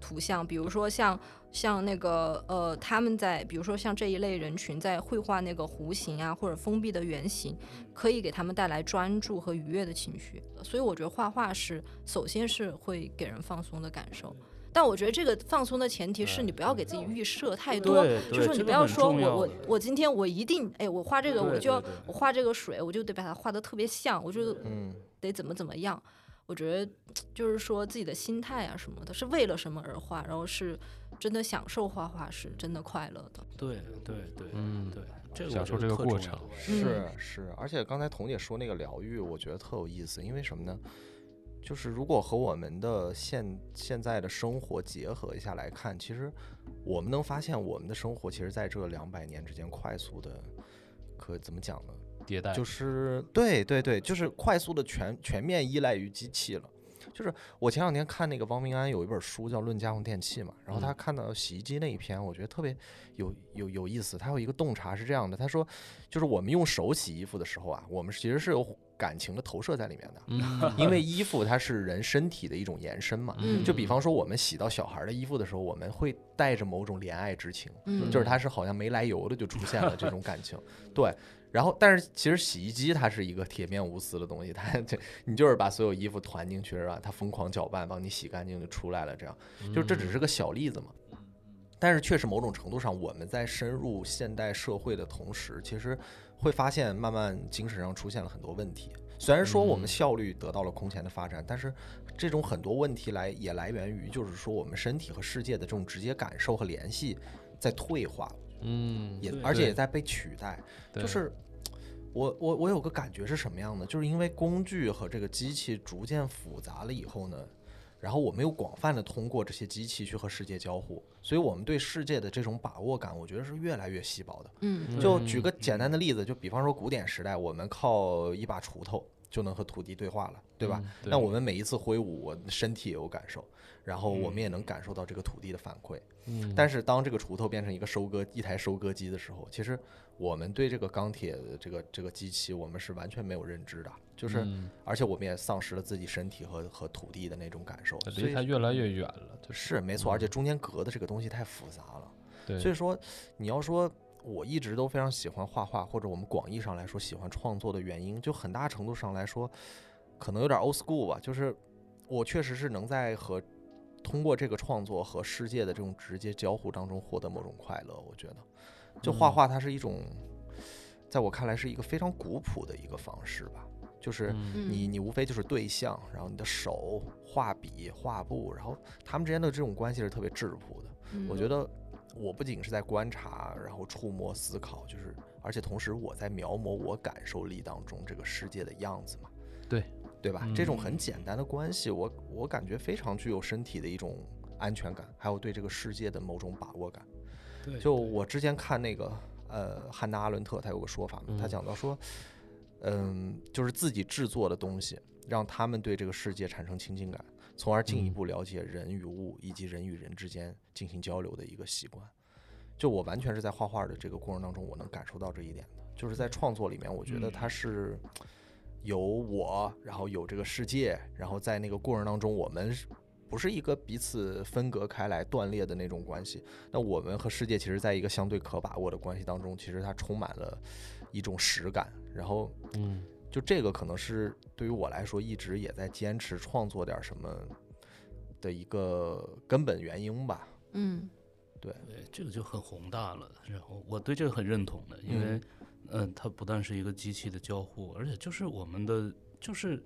图像，比如说像像那个呃，他们在比如说像这一类人群在绘画那个弧形啊，或者封闭的圆形，可以给他们带来专注和愉悦的情绪。所以我觉得画画是首先是会给人放松的感受，但我觉得这个放松的前提是你不要给自己预设太多，嗯对就对是说你这不个要很说重要我我的我今天我一定哎，我画这个我对就要对对我画这个水，我就得把它画得特别像，我就 <laughs> 嗯得怎么怎么样。我觉得就是说自己的心态啊什么的，是为了什么而画，然后是真的享受画画，是真的快乐的。对对对，嗯对，这个我享觉受得这个特过重要程，是是，而且刚才彤姐说那个疗愈，我觉得特有意思，因为什么呢？就是如果和我们的现现在的生活结合一下来看，其实我们能发现，我们的生活其实在这两百年之间快速的，可怎么讲呢？迭代就是对对对，就是快速的全全面依赖于机器了。就是我前两天看那个汪明安有一本书叫《论家用电器》嘛，然后他看到洗衣机那一篇，我觉得特别有有有意思。他有一个洞察是这样的，他说就是我们用手洗衣服的时候啊，我们其实是有感情的投射在里面的， <laughs> 嗯，因为衣服它是人身体的一种延伸嘛。嗯就比方说我们洗到小孩的衣服的时候，我们会带着某种怜爱之情，嗯，就是它是好像没来由的就出现了这种感情， <laughs> 对。然后，但是其实洗衣机它是一个铁面无私的东西，它 <laughs> 这你就是把所有衣服团进去，是吧？它疯狂搅拌，帮你洗干净就出来了。这样，就这只是个小例子嘛。但是确实某种程度上，我们在深入现代社会的同时，其实会发现慢慢精神上出现了很多问题。虽然说我们效率得到了空前的发展，但是这种很多问题来也来源于，就是说我们身体和世界的这种直接感受和联系在退化，嗯，也对而且也对在被取代。对就是我我我有个感觉是什么样的？就是因为工具和这个机器逐渐复杂了以后呢，然后我们又广泛的通过这些机器去和世界交互，所以我们对世界的这种把握感，我觉得是越来越稀薄的。嗯就举个简单的例子，就比方说古典时代，我们靠一把锄头就能和土地对话了，对吧？嗯对那我们每一次挥舞，我身体也有感受，然后我们也能感受到这个土地的反馈。嗯但是当这个锄头变成一个收割一台收割机的时候，其实我们对这个钢铁的这个这个机器，我们是完全没有认知的，就是、嗯而且我们也丧失了自己身体和和土地的那种感受，所离嗯以它越来越远了，就是没错，而且中间隔的这个东西太复杂了。对，所以说，你要说我一直都非常喜欢画画，或者我们广义上来说喜欢创作的原因，就很大程度上来说，可能有点 old school 吧，就是我确实是能在和通过这个创作和世界的这种直接交互当中获得某种快乐。我觉得，就嗯画画它是一种，在我看来是一个非常古朴的一个方式吧，就是。嗯你你无非就是对象，然后你的手、画笔、画布，然后他们之间的这种关系是特别质朴的。我觉得得我不仅是在观察，然后触摸、思考，就是而且同时我在描摹我感受力当中这个世界的样子嘛。对，对吧？这种很简单的关系，我我感觉非常具有身体的一种安全感，还有对这个世界的某种把握感。对就我之前看那个呃汉娜阿伦特，他有个说法嘛，他嗯讲到说，嗯，就是自己制作的东西，让他们对这个世界产生亲近感，从而进一嗯步了解人与物以及人与人之间进行交流的一个习惯。就我完全是在画画的这个过程当中，我能感受到这一点的，就是在创作里面，我觉得它是。有我，然后有这个世界，然后在那个过程当中，我们是不是一个彼此分隔开来、断裂的那种关系？那我们和世界其实在一个相对可把握的关系当中，其实它充满了一种实感。然后，嗯就这个可能是对于我来说，一直也在坚持创作点什么的一个根本原因吧。嗯对，这个就很宏大了。然后我对这个很认同的，因为，嗯、它不但是一个机器的交互，而且就是我们的，就是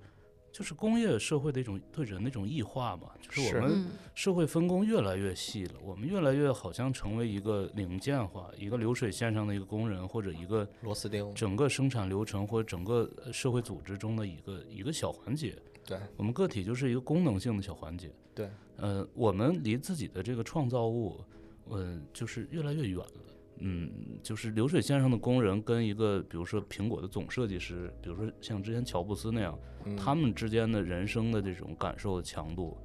就是工业社会的一种对人的一种异化嘛，就是是我们嗯社会分工越来越细了，我们越来越好像成为一个零件化，一个流水线上的一个工人或者一个螺丝嗯钉，整个生产流程或者整个呃社会组织中的一个一个小环节。对我们个体就是一个功能性的小环节。对，呃，我们离自己的这个创造物，呃，就是越来越远了。嗯，就是流水线上的工人跟一个，比如说苹果的总设计师，比如说像之前乔布斯那样，嗯他们之间的人生的这种感受的强度，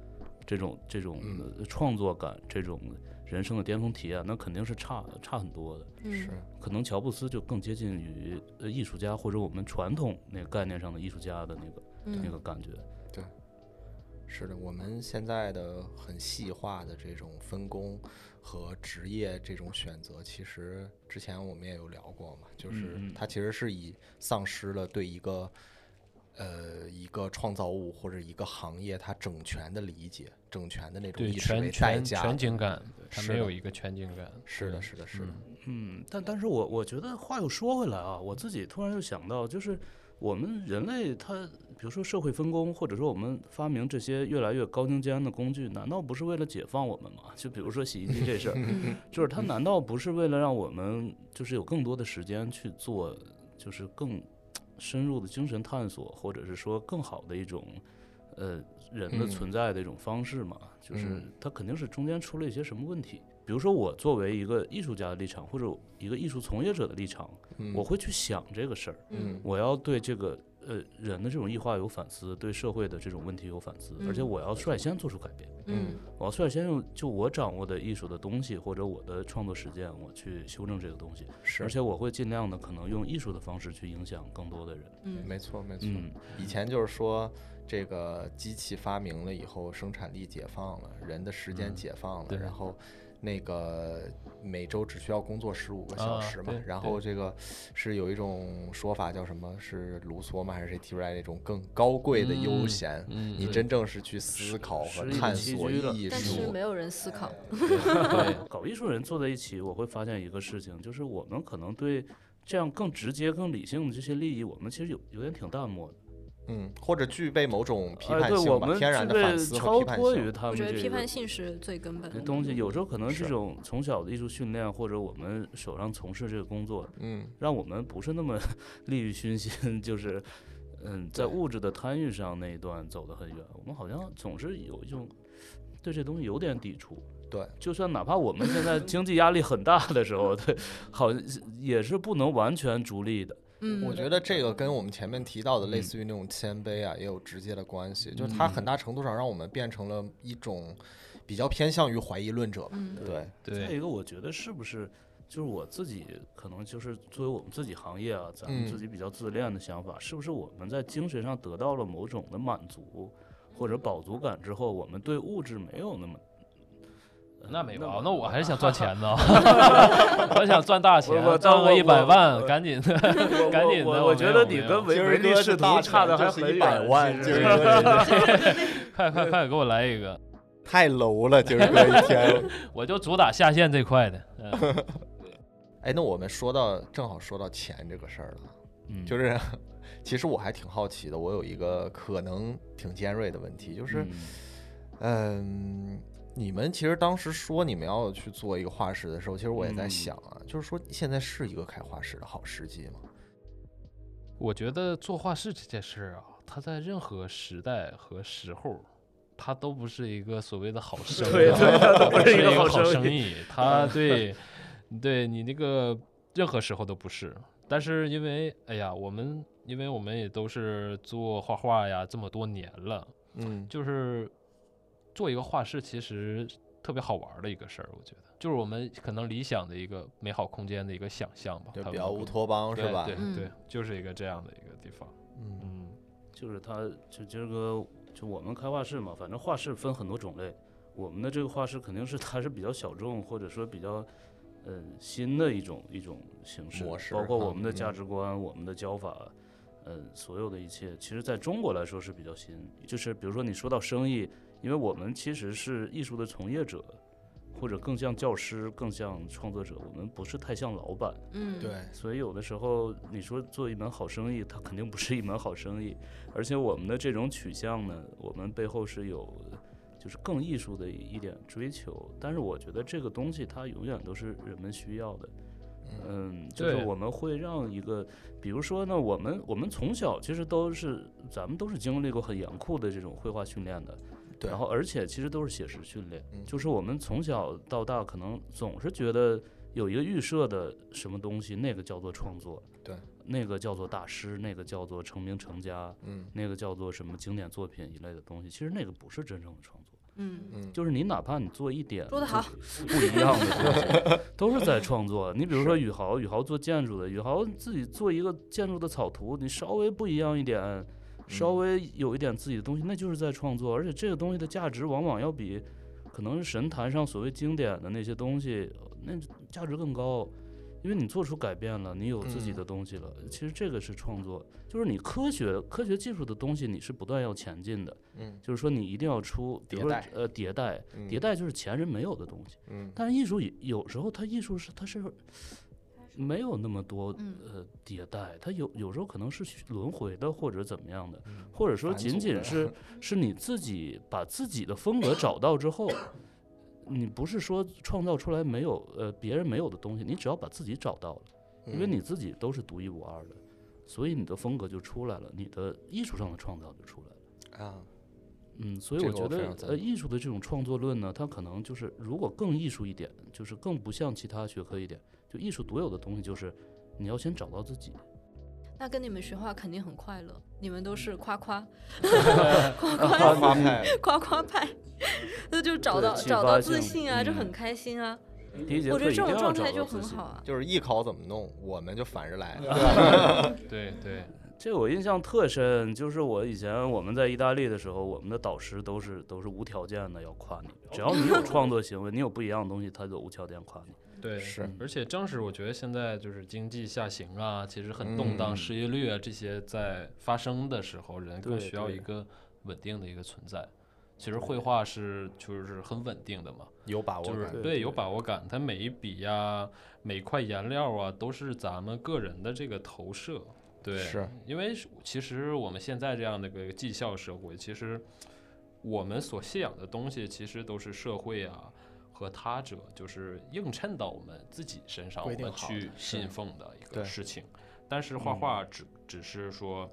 这种这种、呃创作感，这种人生的巅峰体验，那肯定是差差很多的。是嗯可能乔布斯就更接近于呃艺术家或者我们传统那个概念上的艺术家的那个、嗯那个感觉。是的，我们现在的很细化的这种分工和职业这种选择，其实之前我们也有聊过嘛，就是嗯嗯它其实是以丧失了对一个呃一个创造物或者一个行业它整全的理解、整全的那种对，意识为全代全价全的。景感，它是没有的一个全景感，是的，对是的，是的，嗯，但但是我我觉得话又说回来啊，我自己突然就想到，就是我们人类他，比如说社会分工，或者说我们发明这些越来越高精尖的工具，难道不是为了解放我们吗？就比如说洗衣机这事儿，就是它难道不是为了让我们就是有更多的时间去做，就是更深入的精神探索，或者是说更好的一种。呃，人的嗯存在的一种方式嘛，就是嗯它肯定是中间出了一些什么问题。比如说，我作为一个艺术家的立场，或者一个艺术从业者的立场，嗯我会去想这个事儿，嗯我要对这个呃人的这种异化有反思，对社会的这种问题有反思，而且嗯我要率先做出改变，嗯我要率先用就我掌握的艺术的东西或者我的创作实践，我去修正这个东西，是而且我会尽量的可能用艺术的方式去影响更多的人。嗯，没错，没错。嗯，以前就是说，这个机器发明了以后，生产力解放了，人的时间嗯解放了，对然后那个每周只需要工作十五个小啊时嘛。对然后这个是有一种说法叫什么？是卢梭吗？还是谁提出来那种更高贵的悠嗯闲？嗯，你对真正是去思考和食衣探栖索居了艺但是术没，有人思考，对 <laughs> 搞艺术人坐在一起，我会发现一个事情，就是我们可能对这样更直接、更理性的这些利益，我们其实有有点挺淡漠的。嗯，或者具备某种批哎，判对我性吧，们天然具的反备思和超批判脱于性。他我们觉得这批个判性是最根本这的东西。有时候可能是这种从小的艺术训练，或者我们手上从事这个工作，嗯，让我们不是那么 <laughs> 利欲熏心，就是。嗯，在对物质的贪欲上那一段走得很远，我们好像总是有一种对这东西有点抵触。对，就算哪怕我们现在经济压力很大的时 <laughs> 候，对，好像是也是不能完全逐利的。嗯，我觉得这个跟我们前面提到的类嗯似于那种谦卑啊，也有直接的关系。就是它很大程度上让我们变成了一种比较偏向于怀疑论者吧。嗯对，再对，一个，我觉得是不是就是我自己可能就是作为我们自己行业啊，咱们嗯自己比较自恋的想法，是不是我们在精神上得到了某种的满足或者饱足感之后，我们对物质没有那么呃那没有啊么，那我还是想 <laughs> 赚钱呢，我想赚大钱我，赚个我一百我万，我赶紧我赶紧的 <laughs> 我我我没觉有得没你有跟维今儿维律哥师试图大差奖的还就是很一百远万其今实儿 <laughs> 哥快快快给我来一个， <laughs> 太 low 了，今儿哥一 <laughs> 天。我就主打下线这块的，嗯哎，那我们说到正好说到钱这个事儿了，嗯就是 <laughs> 其实我还挺好奇的，我有一个可能挺尖锐的问题，就是嗯嗯，你们其实当时说你们要去做一个画室的时候，其实我也在嗯想啊，就是说现在是一个开画室的好时机吗？我觉得做画室这件事儿啊，它在任何时代和时候，它都不是一个所谓的好生意，啊 <laughs> 对对它都不 <laughs> 不是一一个好好生生意，它 <laughs> 对，对你那个任何时候都不是。但是因为，哎呀，我们因为我们也都是做画画呀这么多年了，嗯，就是做一个画室，其实特别好玩儿的一个事儿，我觉得，就是我们可能理想的一个美好空间的一个想象吧，就它比较可乌能托邦是对吧？对对嗯，就是一个这样的一个地方。嗯嗯，就是他就今儿个就我们开画室嘛，反正画室分很多种类，我们的这个画室肯定是它是比较小众或者说比较。呃，新的一种一种形式，模式包括哈我们的价嗯值观、我们的教法，呃，所有的一切，其实在中国来说是比较新。就是比如说你说到生意，因为我们其实是艺术的从业者，或者更像教师、更像创作者，我们不是太像老板。嗯，对，所以有的时候你说做一门好生意，它肯定不是一门好生意。而且我们的这种取向呢，我们背后是有就是更艺术的一点追求。但是我觉得这个东西它永远都是人们需要的。嗯，就是对我们会让一个，比如说呢，我们我们从小其实都是咱们都是经历过很严酷的这种绘画训练的，对然后而且其实都是写实训练，嗯就是我们从小到大可能总是觉得有一个预设的什么东西，那个叫做创作，对，那个叫做大师，那个叫做成名成家，嗯那个叫做什么经典作品一类的东西，其实那个不是真正的创作，嗯，嗯，就是你哪怕你做一点说得好，不一样的 <laughs> 东西， <laughs> 都是在创作。你比如说宇豪，宇豪做建筑的，宇豪自己做一个建筑的草图，你稍微不一样一点，稍微嗯有一点自己的东西，那就是在创作。而且这个东西的价值往往要比可能是神坛上所谓经典的那些东西，呃那价值更高。因为你做出改变了，你有自己的嗯东西了。其实这个是创作，就是你科学科学技术的东西，你是不断要前进的。嗯就是说你一定要出，比如迭说代呃迭代，嗯迭代就是前人没有的东西。嗯但是艺术也有时候它艺术是它是没有那么多嗯呃迭代，它有有时候可能是轮回的或者怎么样的，嗯或者说返仅祖仅的 <laughs> 是是你自己把自己的风格找到之后，你不是说创造出来没有呃别人没有的东西，你只要把自己找到了，因为嗯你自己都是独一无二的，所以你的风格就出来了，你的艺术上的创造就出来了。啊，嗯，所以这我个觉我非得常，赞呃，同艺术的这种创作论呢，它可能就是如果更艺术一点，就是更不像其他学科一点，就艺术独有的东西就是你要先找到自己。那跟你们学画肯定很快乐，你们都是夸夸花花派，夸夸派，那就找对到激找发到自性信啊，就嗯很开心啊。第一节我觉课得一这定种要状找态就到很自己好。啊。就是艺考怎么弄，我们就反着来。对对，这我印象特深，就是我以前我们在意大利的时候，我们的导师都是都是无条件的要夸你，只要你有创作行为，你有不一样的东西，他就无条件夸你。对，是而且正是我觉得现在就是经济下行啊，其实很动荡，嗯失业率啊这些在发生的时候，人更对需要对一个稳定的一个存在。其实绘画是就是很稳定的嘛，有把握就是感，对对有把握感，它每一笔呀、每一块颜料啊，都是咱们个人的这个投射。对，是因为是其实我们现在这样的一个绩效社会，其实我们所信仰的东西，其实都是社会啊和他者，就是映衬到我们自己身上，我规定们好去的是嗯信奉的一对个事情。但是画画只只是说，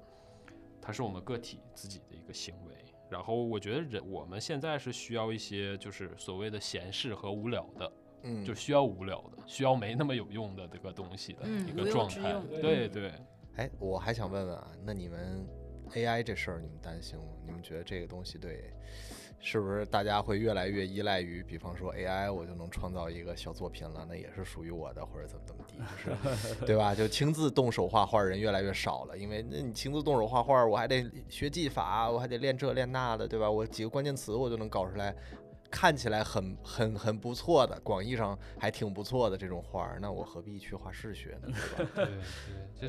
它是我们个体自己的一个行为。然后我觉得人我们现在是需要一些就是所谓的闲适和无聊的，嗯，就需要无聊的，需要没那么有用的这个东西的嗯一无个用状之态用。对对，哎，我还想问问啊，那你们 AI 这事儿你们担心吗？你们觉得这个东西对，是不是大家会越来越依赖于，比方说 AI 我就能创造一个小作品了，那也是属于我的，或者怎么怎么地，就是对吧？就亲自动手画画人越来越少了，因为那你亲自动手画画，我还得学技法，我还得练这练那的，对吧？我几个关键词我就能搞出来。看起来很很很不错的，广义上还挺不错的这种画儿，那我何必去画室学呢？对吧？对对，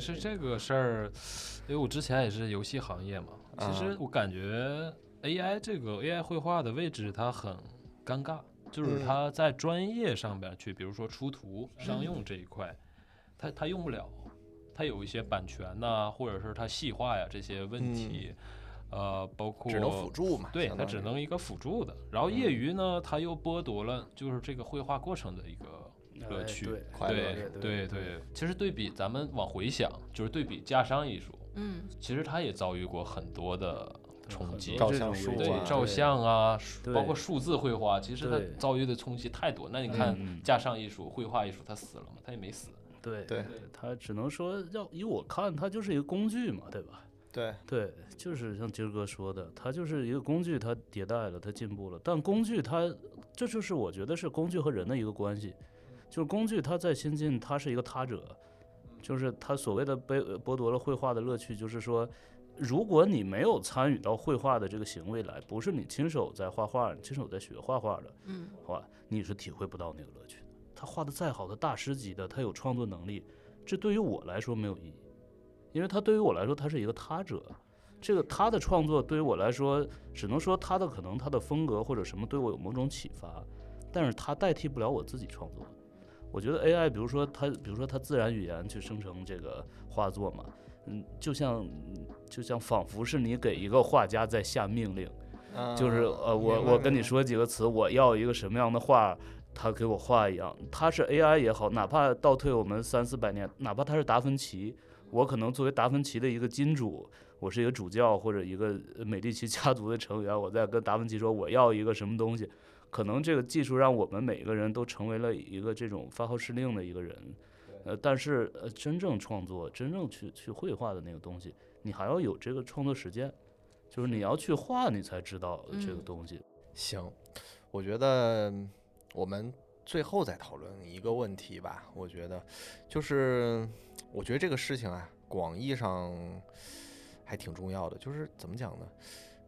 其实这个事儿，因为我之前也是游戏行业嘛，其实啊我感觉 AI 这个 AI 绘画的位置它很尴尬，就是嗯它在专业上边去，比如说出图、商用这一块，它它用不了，它有一些版权呐、或者是它细化呀这些问题，呃，包嗯括只能辅助嘛，对，相它当只于嗯能一个辅助的。然后业余呢，它又剥夺了就是这个绘画过程的一个乐哎趣、对快乐对对对对。其实对比咱们往回想，就是对比家商艺术，嗯，其实它也遭遇过很多的冲击。照这相种术危对机啊照相啊，数包括对数字绘画，其实它对遭遇的冲击太多。那你看嗯嗯家商艺术、绘画艺术，它死了吗？它也没死。对对，他只能说要依我看，它就是一个工具嘛，对吧？对，对，就是像今儿哥说的，它就是一个工具，它迭代了，它进步了。但工具它，这就是我觉得是工具和人的一个关系，就是工具它在先进，它是一个他者，就是它所谓的被呃剥夺了绘画的乐趣，就是说，如果你没有参与到绘画的这个行为来，不是你亲手在画画，你亲手在学画画的，嗯，话，你是体会不到那个乐趣的。他画的再好的大师级的，他有创作能力，这对于我来说没有意义，因为他对于我来说，他是一个他者。这个他的创作对于我来说，只能说他的可能他的风格或者什么对我有某种启发，但是他代替不了我自己创作。我觉得 AI，比如说它，比如说它自然语言去生成这个画作嘛，嗯，就像就像仿佛是你给一个画家在下命令，嗯就是呃，我我跟你，说几个词，我要一个什么样的画，他给我画一样。他是 AI 也好，哪怕倒退我们三四百年，哪怕他是达芬奇，我可能作为达芬奇的一个金主，我是一个主教或者一个呃美第奇家族的成员，我在跟达芬奇说我要一个什么东西，可能这个技术让我们每个人都成为了一个这种发号施令的一个人。呃，但是呃，真正创作、真正去去绘画的那个东西，你还要有这个创作实践，就是你要去画，你才知道这个嗯东西。行，我觉得我们最后再讨论一个问题吧。我觉得就是，我觉得这个事情啊，广义上还挺重要的。就是怎么讲呢？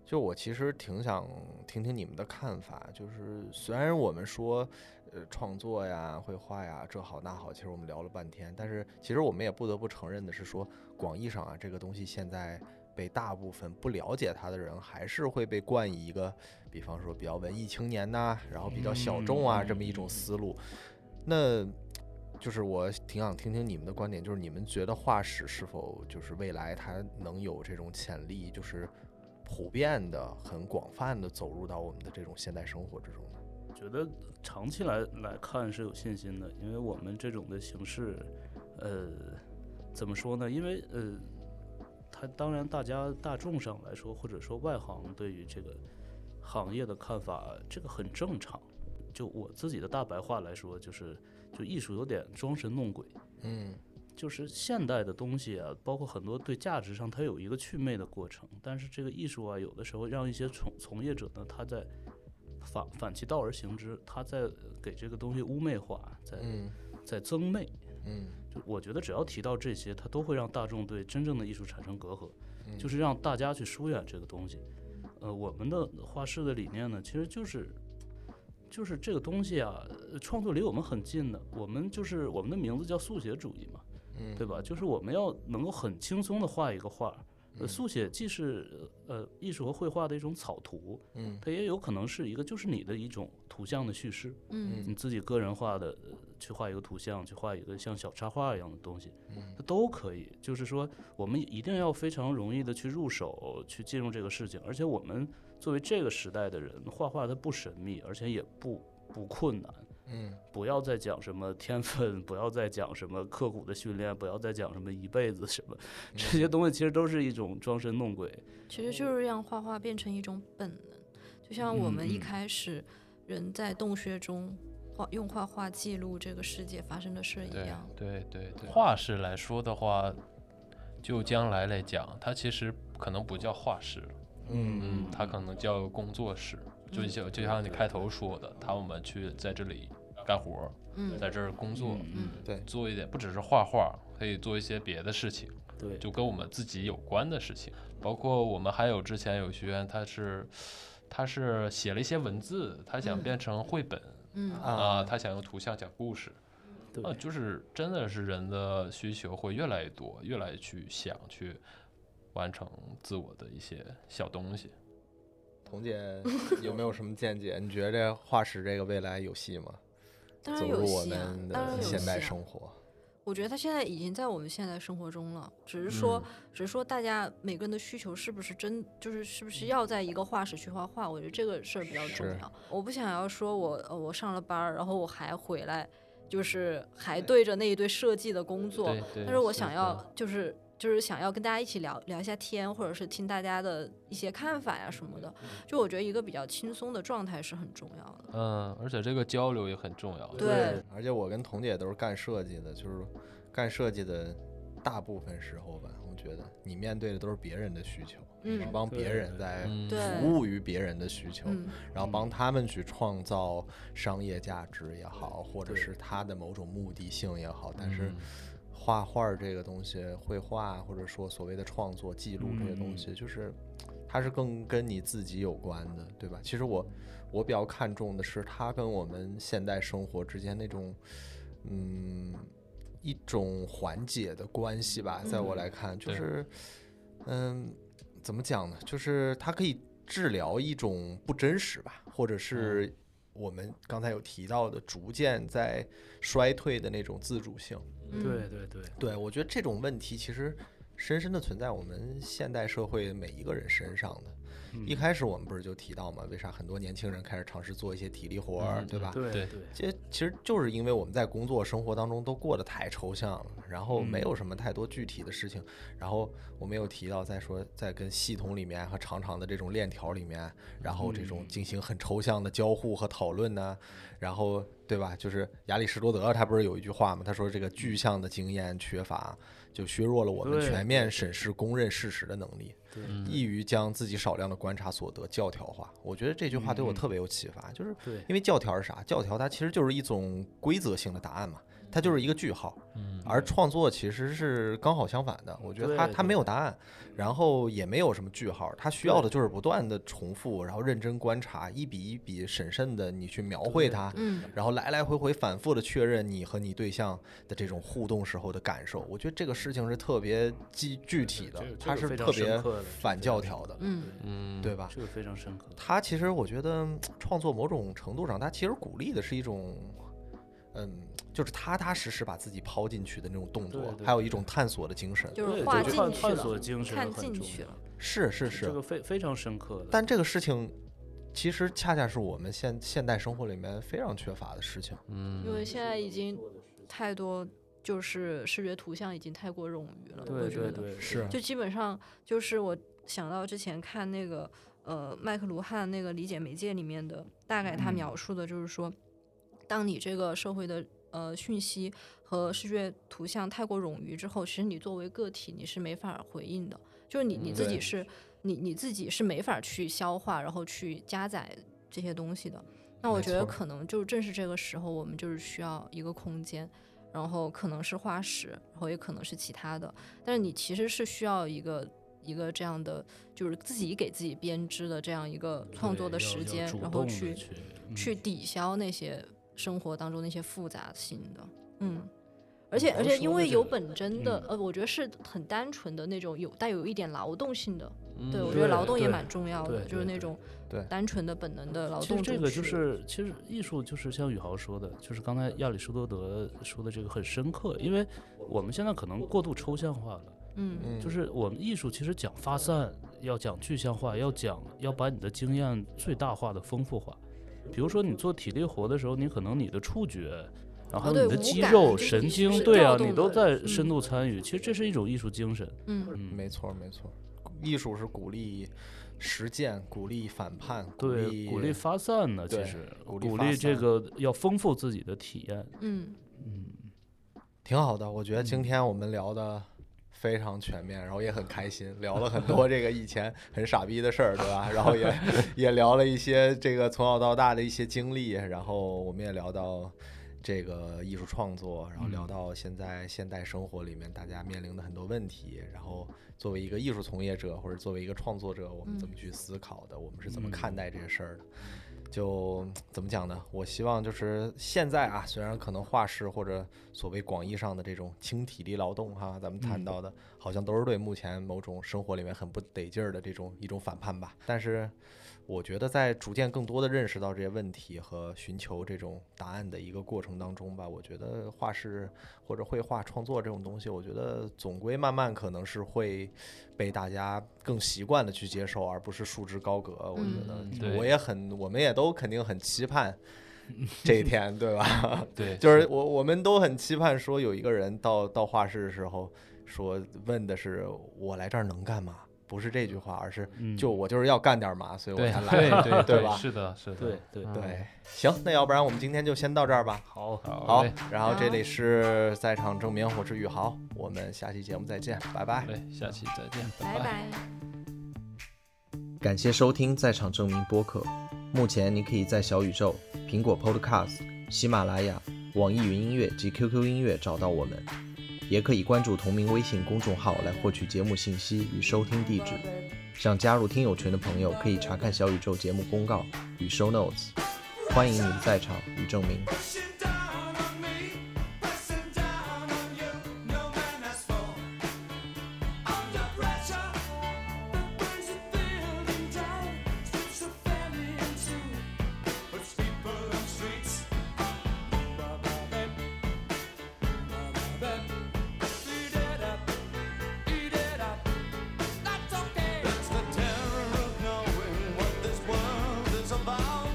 就我其实挺想听听你们的看法。就是虽然我们说，呃，创作呀、绘画呀，这好那好，其实我们聊了半天，但是其实我们也不得不承认的是说，广义上啊，这个东西现在被大部分不了解它的人，还是会被冠以一个，比方说比较文艺青年呐、然后比较小众啊、这么一种思路。那就是我挺想听听你们的观点，就是你们觉得画室是否就是未来它能有这种潜力，就是普遍的、很广泛的走入到我们的这种现代生活之中呢？觉得长期来来看是有信心的，因为我们这种的形式，呃，怎么说呢？因为呃，它当然大家大众上来说，或者说外行对于这个行业的看法，这个很正常。就我自己的大白话来说，就是就艺术有点装神弄鬼，嗯，就是现代的东西啊，包括很多对价值上，它有一个祛魅的过程。但是这个艺术啊，有的时候让一些从从业者呢，他在反反其道而行之，他在给这个东西污媚化，在嗯在增媚。嗯就我觉得只要提到这些，它都会让大众对真正的艺术产生隔阂，嗯就是让大家去疏远这个东西。呃，我们的画室的理念呢，其实就是。就是这个东西啊，呃创作离我们很近的。我们就是我们的名字叫速写主义嘛，嗯对吧？就是我们要能够很轻松的画一个画儿。嗯呃，速写既是呃艺术和绘画的一种草图，嗯它也有可能是一个就是你的一种图像的叙事，嗯你自己个人画的，呃去画一个图像，去画一个像小插画一样的东西，嗯它都可以。就是说，我们一定要非常容易的去入手，去进入这个事情。而且我们作为这个时代的人，画画它不神秘，而且也不不困难。嗯不要再讲什么天分，不要再讲什么刻苦的训练，不要再讲什么一辈子什么，嗯这些东西其实都是一种装神弄鬼。其实就是让画画变成一种本能，就像我们嗯一嗯开始人在洞穴中画用画画记录这个世界发生的事一对样。对对对，画室来说的话，就将来来讲，它其实可能不叫画室了，嗯嗯，它可能叫工作室，就像就像你开头说的，他们去在这里干活，嗯在这儿工作，嗯，做一点不只是画画，可以做一些别的事情。对，就跟我们自己有关的事情，包括我们还有之前有学员，他是他是写了一些文字，他想嗯变成绘本嗯啊，他想用图像讲故事对啊，就是真的是人的需求会越来越多，越来越去想去完成自我的一些小东西。童姐有没有什么见解？ <laughs> 你觉得化石这个未来有戏吗？当然走有入我戏啊们，当然的有戏、现代啊。生活？我觉得它现在已经在我们现在生活中了，只是说，嗯只是说大家每个人的需求是不是真，就是是不是要在一个画室去画画，我觉得这个事儿比较重是要。我不想要说我呃我上了班儿，然后我还回来，就是还对着那一堆设计的工作，对对，但是我是想的要就是就是想要跟大家一起聊聊一下天，或者是听大家的一些看法呀什么嗯的。就我觉得一个比较轻松的状态是很重要的。嗯，而且这个交流也很重要。对而且我跟童姐都是干设计的，就是干设计的大部分时候吧，我觉得你面对的都是别人的需求，你是嗯帮别对人在嗯，对服务于别人的需求，嗯然后帮他们去创造商业价值也好，或者对是他的某种目的性也好，但是嗯。画画儿这个东西，绘画或者说所谓的创作、记录这些东西，就是它是更跟你自己有关的，对吧？其实我我比较看重的是它跟我们现代生活之间那种，嗯，一种缓解的关系吧。在我来看，就对是，嗯，怎么讲呢？就是它可以治疗一种不真实吧，或者是我们刚才有提到的逐渐在衰退的那种自主性。嗯，对对对，对，我觉得这种问题其实深深的存在我们现代社会每一个人身上的。一开始我们不是就提到嘛，为啥很多年轻人开始尝试做一些体力活儿，嗯对吧？对对对其实其实就是因为我们在工作生活当中都过得太抽象了，然后没嗯有什么太多具体的事情，然后我们有提到再说在跟系统里面和长长的这种链条里面，然后这嗯种进行很抽象的交互和讨论呢、然后对吧？就是亚里士多德他不是有一句话吗？他说这个具象的经验缺乏，就削弱了我们对嗯全面审视公认事实的能力。对嗯易于将自己少量的观察所得教条化。我觉得这句话对我嗯嗯特别有启发，就是对因为教条是啥？教条它其实就是一种规则性的答案嘛，它就是一个句号。嗯而创作其实是刚好相反的，我觉得它对它对没有答案，然后也没有什么句号，它需要的就是不断的重复，然后认真观察，一笔一笔审慎的你去描绘它。嗯然后来来回回反复的确认你和你对象的这种互动时候的感受，我觉得这个事情是特别具具体的这个，这它个是非常特深别刻的反教条的，嗯嗯，对吧？这个非常深刻。他其实我觉得嗯创作某种程度上，他其实鼓励的是一种，嗯，就是踏踏实实把自己抛进去的那种动作对，对还有一种探索的精神。就是对画就进是去探了，探索精神看很进重去要了。是是这个是，非非常深刻的。但这个事情其实恰恰是我们现现代生活里面非常缺乏的事情。嗯，因为现在已经太多，就是视觉图像已经太过冗余了，我对觉对得对，是就基本上就是我想到之前看那个呃麦克卢汉那个《理解媒介》里面的，大概他嗯描述的就是说，当你这个社会的呃讯息和视觉图像太过冗余之后，其实你作为个体你是没法回应的，就是你你嗯自己对是、你你自己是没法去消化，然后去加载这些东西的。那我没觉得错可能就是正是这个时候，我们就是需要一个空间，然后可能是化石，然后也可能是其他的，但是你其实是需要一个一个这样的，就是自己给自己编织的这样一个创作的时间，然后去去嗯去抵消那些生活当中那些复杂性的，嗯。而且好而像且，说因的为这有个本真的嗯，呃，我觉得是很单纯的那种有带有一点劳动性的，嗯对我觉得劳动也对蛮重要的，对就是对那对种对单纯的本能的劳其动实主驱。这个就是，其实艺术就是像宇豪说的，就是刚才亚里士多德说的这个很深刻，因为我们现在可能过度抽象化了，嗯就是我们艺术其实讲发散，要讲具象化，要讲要把你的经验最大化的丰富化。比如说你做体力活的时候，你可能你的触觉，然后哦对你的五肌感肉、就是神你是经，是对啊调，动你都的在嗯深度参与。其实这是一种艺术精神，嗯，嗯，没错没错，艺术是鼓励实践，鼓励反叛，鼓对，励鼓励发散呢，其对实鼓励鼓发励这散个要丰富自己的体验，嗯，嗯。挺好的，我觉得今天我们聊的非常全面，然后也很开心，聊了很多这个以前很傻逼的事儿，对吧？然后也也聊了一些这个从小到大的一些经历，然后我们也聊到这个艺术创作，然后聊到现在现代生活里面大家面临的很多问题，然后作为一个艺术从业者或者作为一个创作者，我们怎么去思考的，我们是怎么看待这些事儿的。就嗯怎么讲呢？我希望就是现在啊，虽然可能画室或者所谓广义上的这种轻体力劳动哈，咱们谈到嗯的，好像都是对目前某种生活里面很不得劲儿的这种一种反叛吧。但是我觉得在逐渐更多的认识到这些问题和寻求这种答案的一个过程当中吧，我觉得画室或者绘画创作这种东西，我觉得总归慢慢可能是会被大家更习惯的去接受，而不是束之高阁。我觉得嗯对我也很，我们也都肯定很期 <laughs> 盼这一天，对吧？对，就是我我们都很期盼说有一个人到到画室的时候说问的是我来这儿能干嘛？不是这句话，而是嗯就我就是要干点嘛，所以我对 <laughs> 才来。对 <laughs> 对对吧是的，是的，对对嗯对， <laughs> 行，那要不然我们今天就先到这儿吧。好，好好嘞，，然后这里是在场证明，我是宇豪，我们下期节目再见，拜拜好。嘞，下期再见，拜拜。感谢收听《在场证明》播客。目前你可以在小宇宙、苹果 Podcast、喜马拉雅、网易云音乐及 QQ 音乐找到我们，也可以关注同名微信公众号来获取节目信息与收听地址。想加入听友群的朋友可以查看小宇宙节目公告与 show notes。欢迎你的在场与证明。 Pressing down on me, pressing down on you, no man has fallen. Under pressure, the brains are building down, streets are falling into. Puts people on streets. Ba-ba-bep, ba-ba-bep. Eat it up, eat it up. That's okay. That's the terror of knowing what this world is about.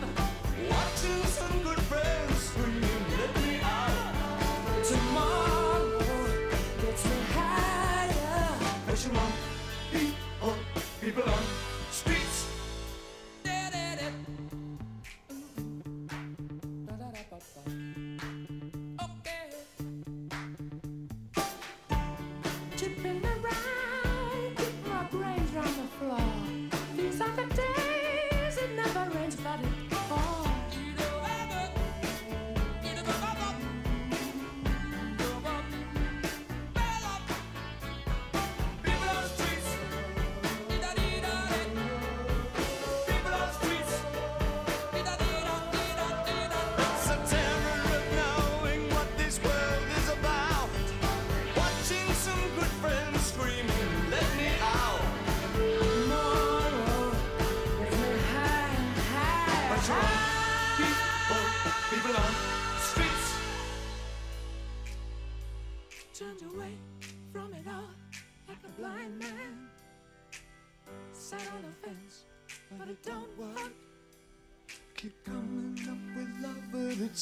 Watching some good friends when you let me out. Tomorrow gets me higher. Pushing on, people, people on streets. Da-da-da. Da-da-da-ba-ba. Okay. Chipping around, keep my brains on the floor. These are the days it never rains, but it falls. Let me out. Tomorrow, it's me high, high, But you're high. on people, people on streets. Turned away from it all like a blind man. Sat on the fence, but it don't work. Keep coming up with love, but it's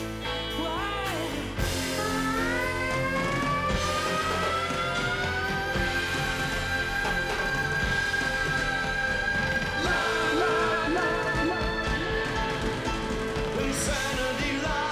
Why? Please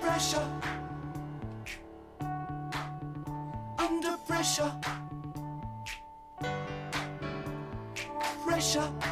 pressure. Under pressure. Pressure.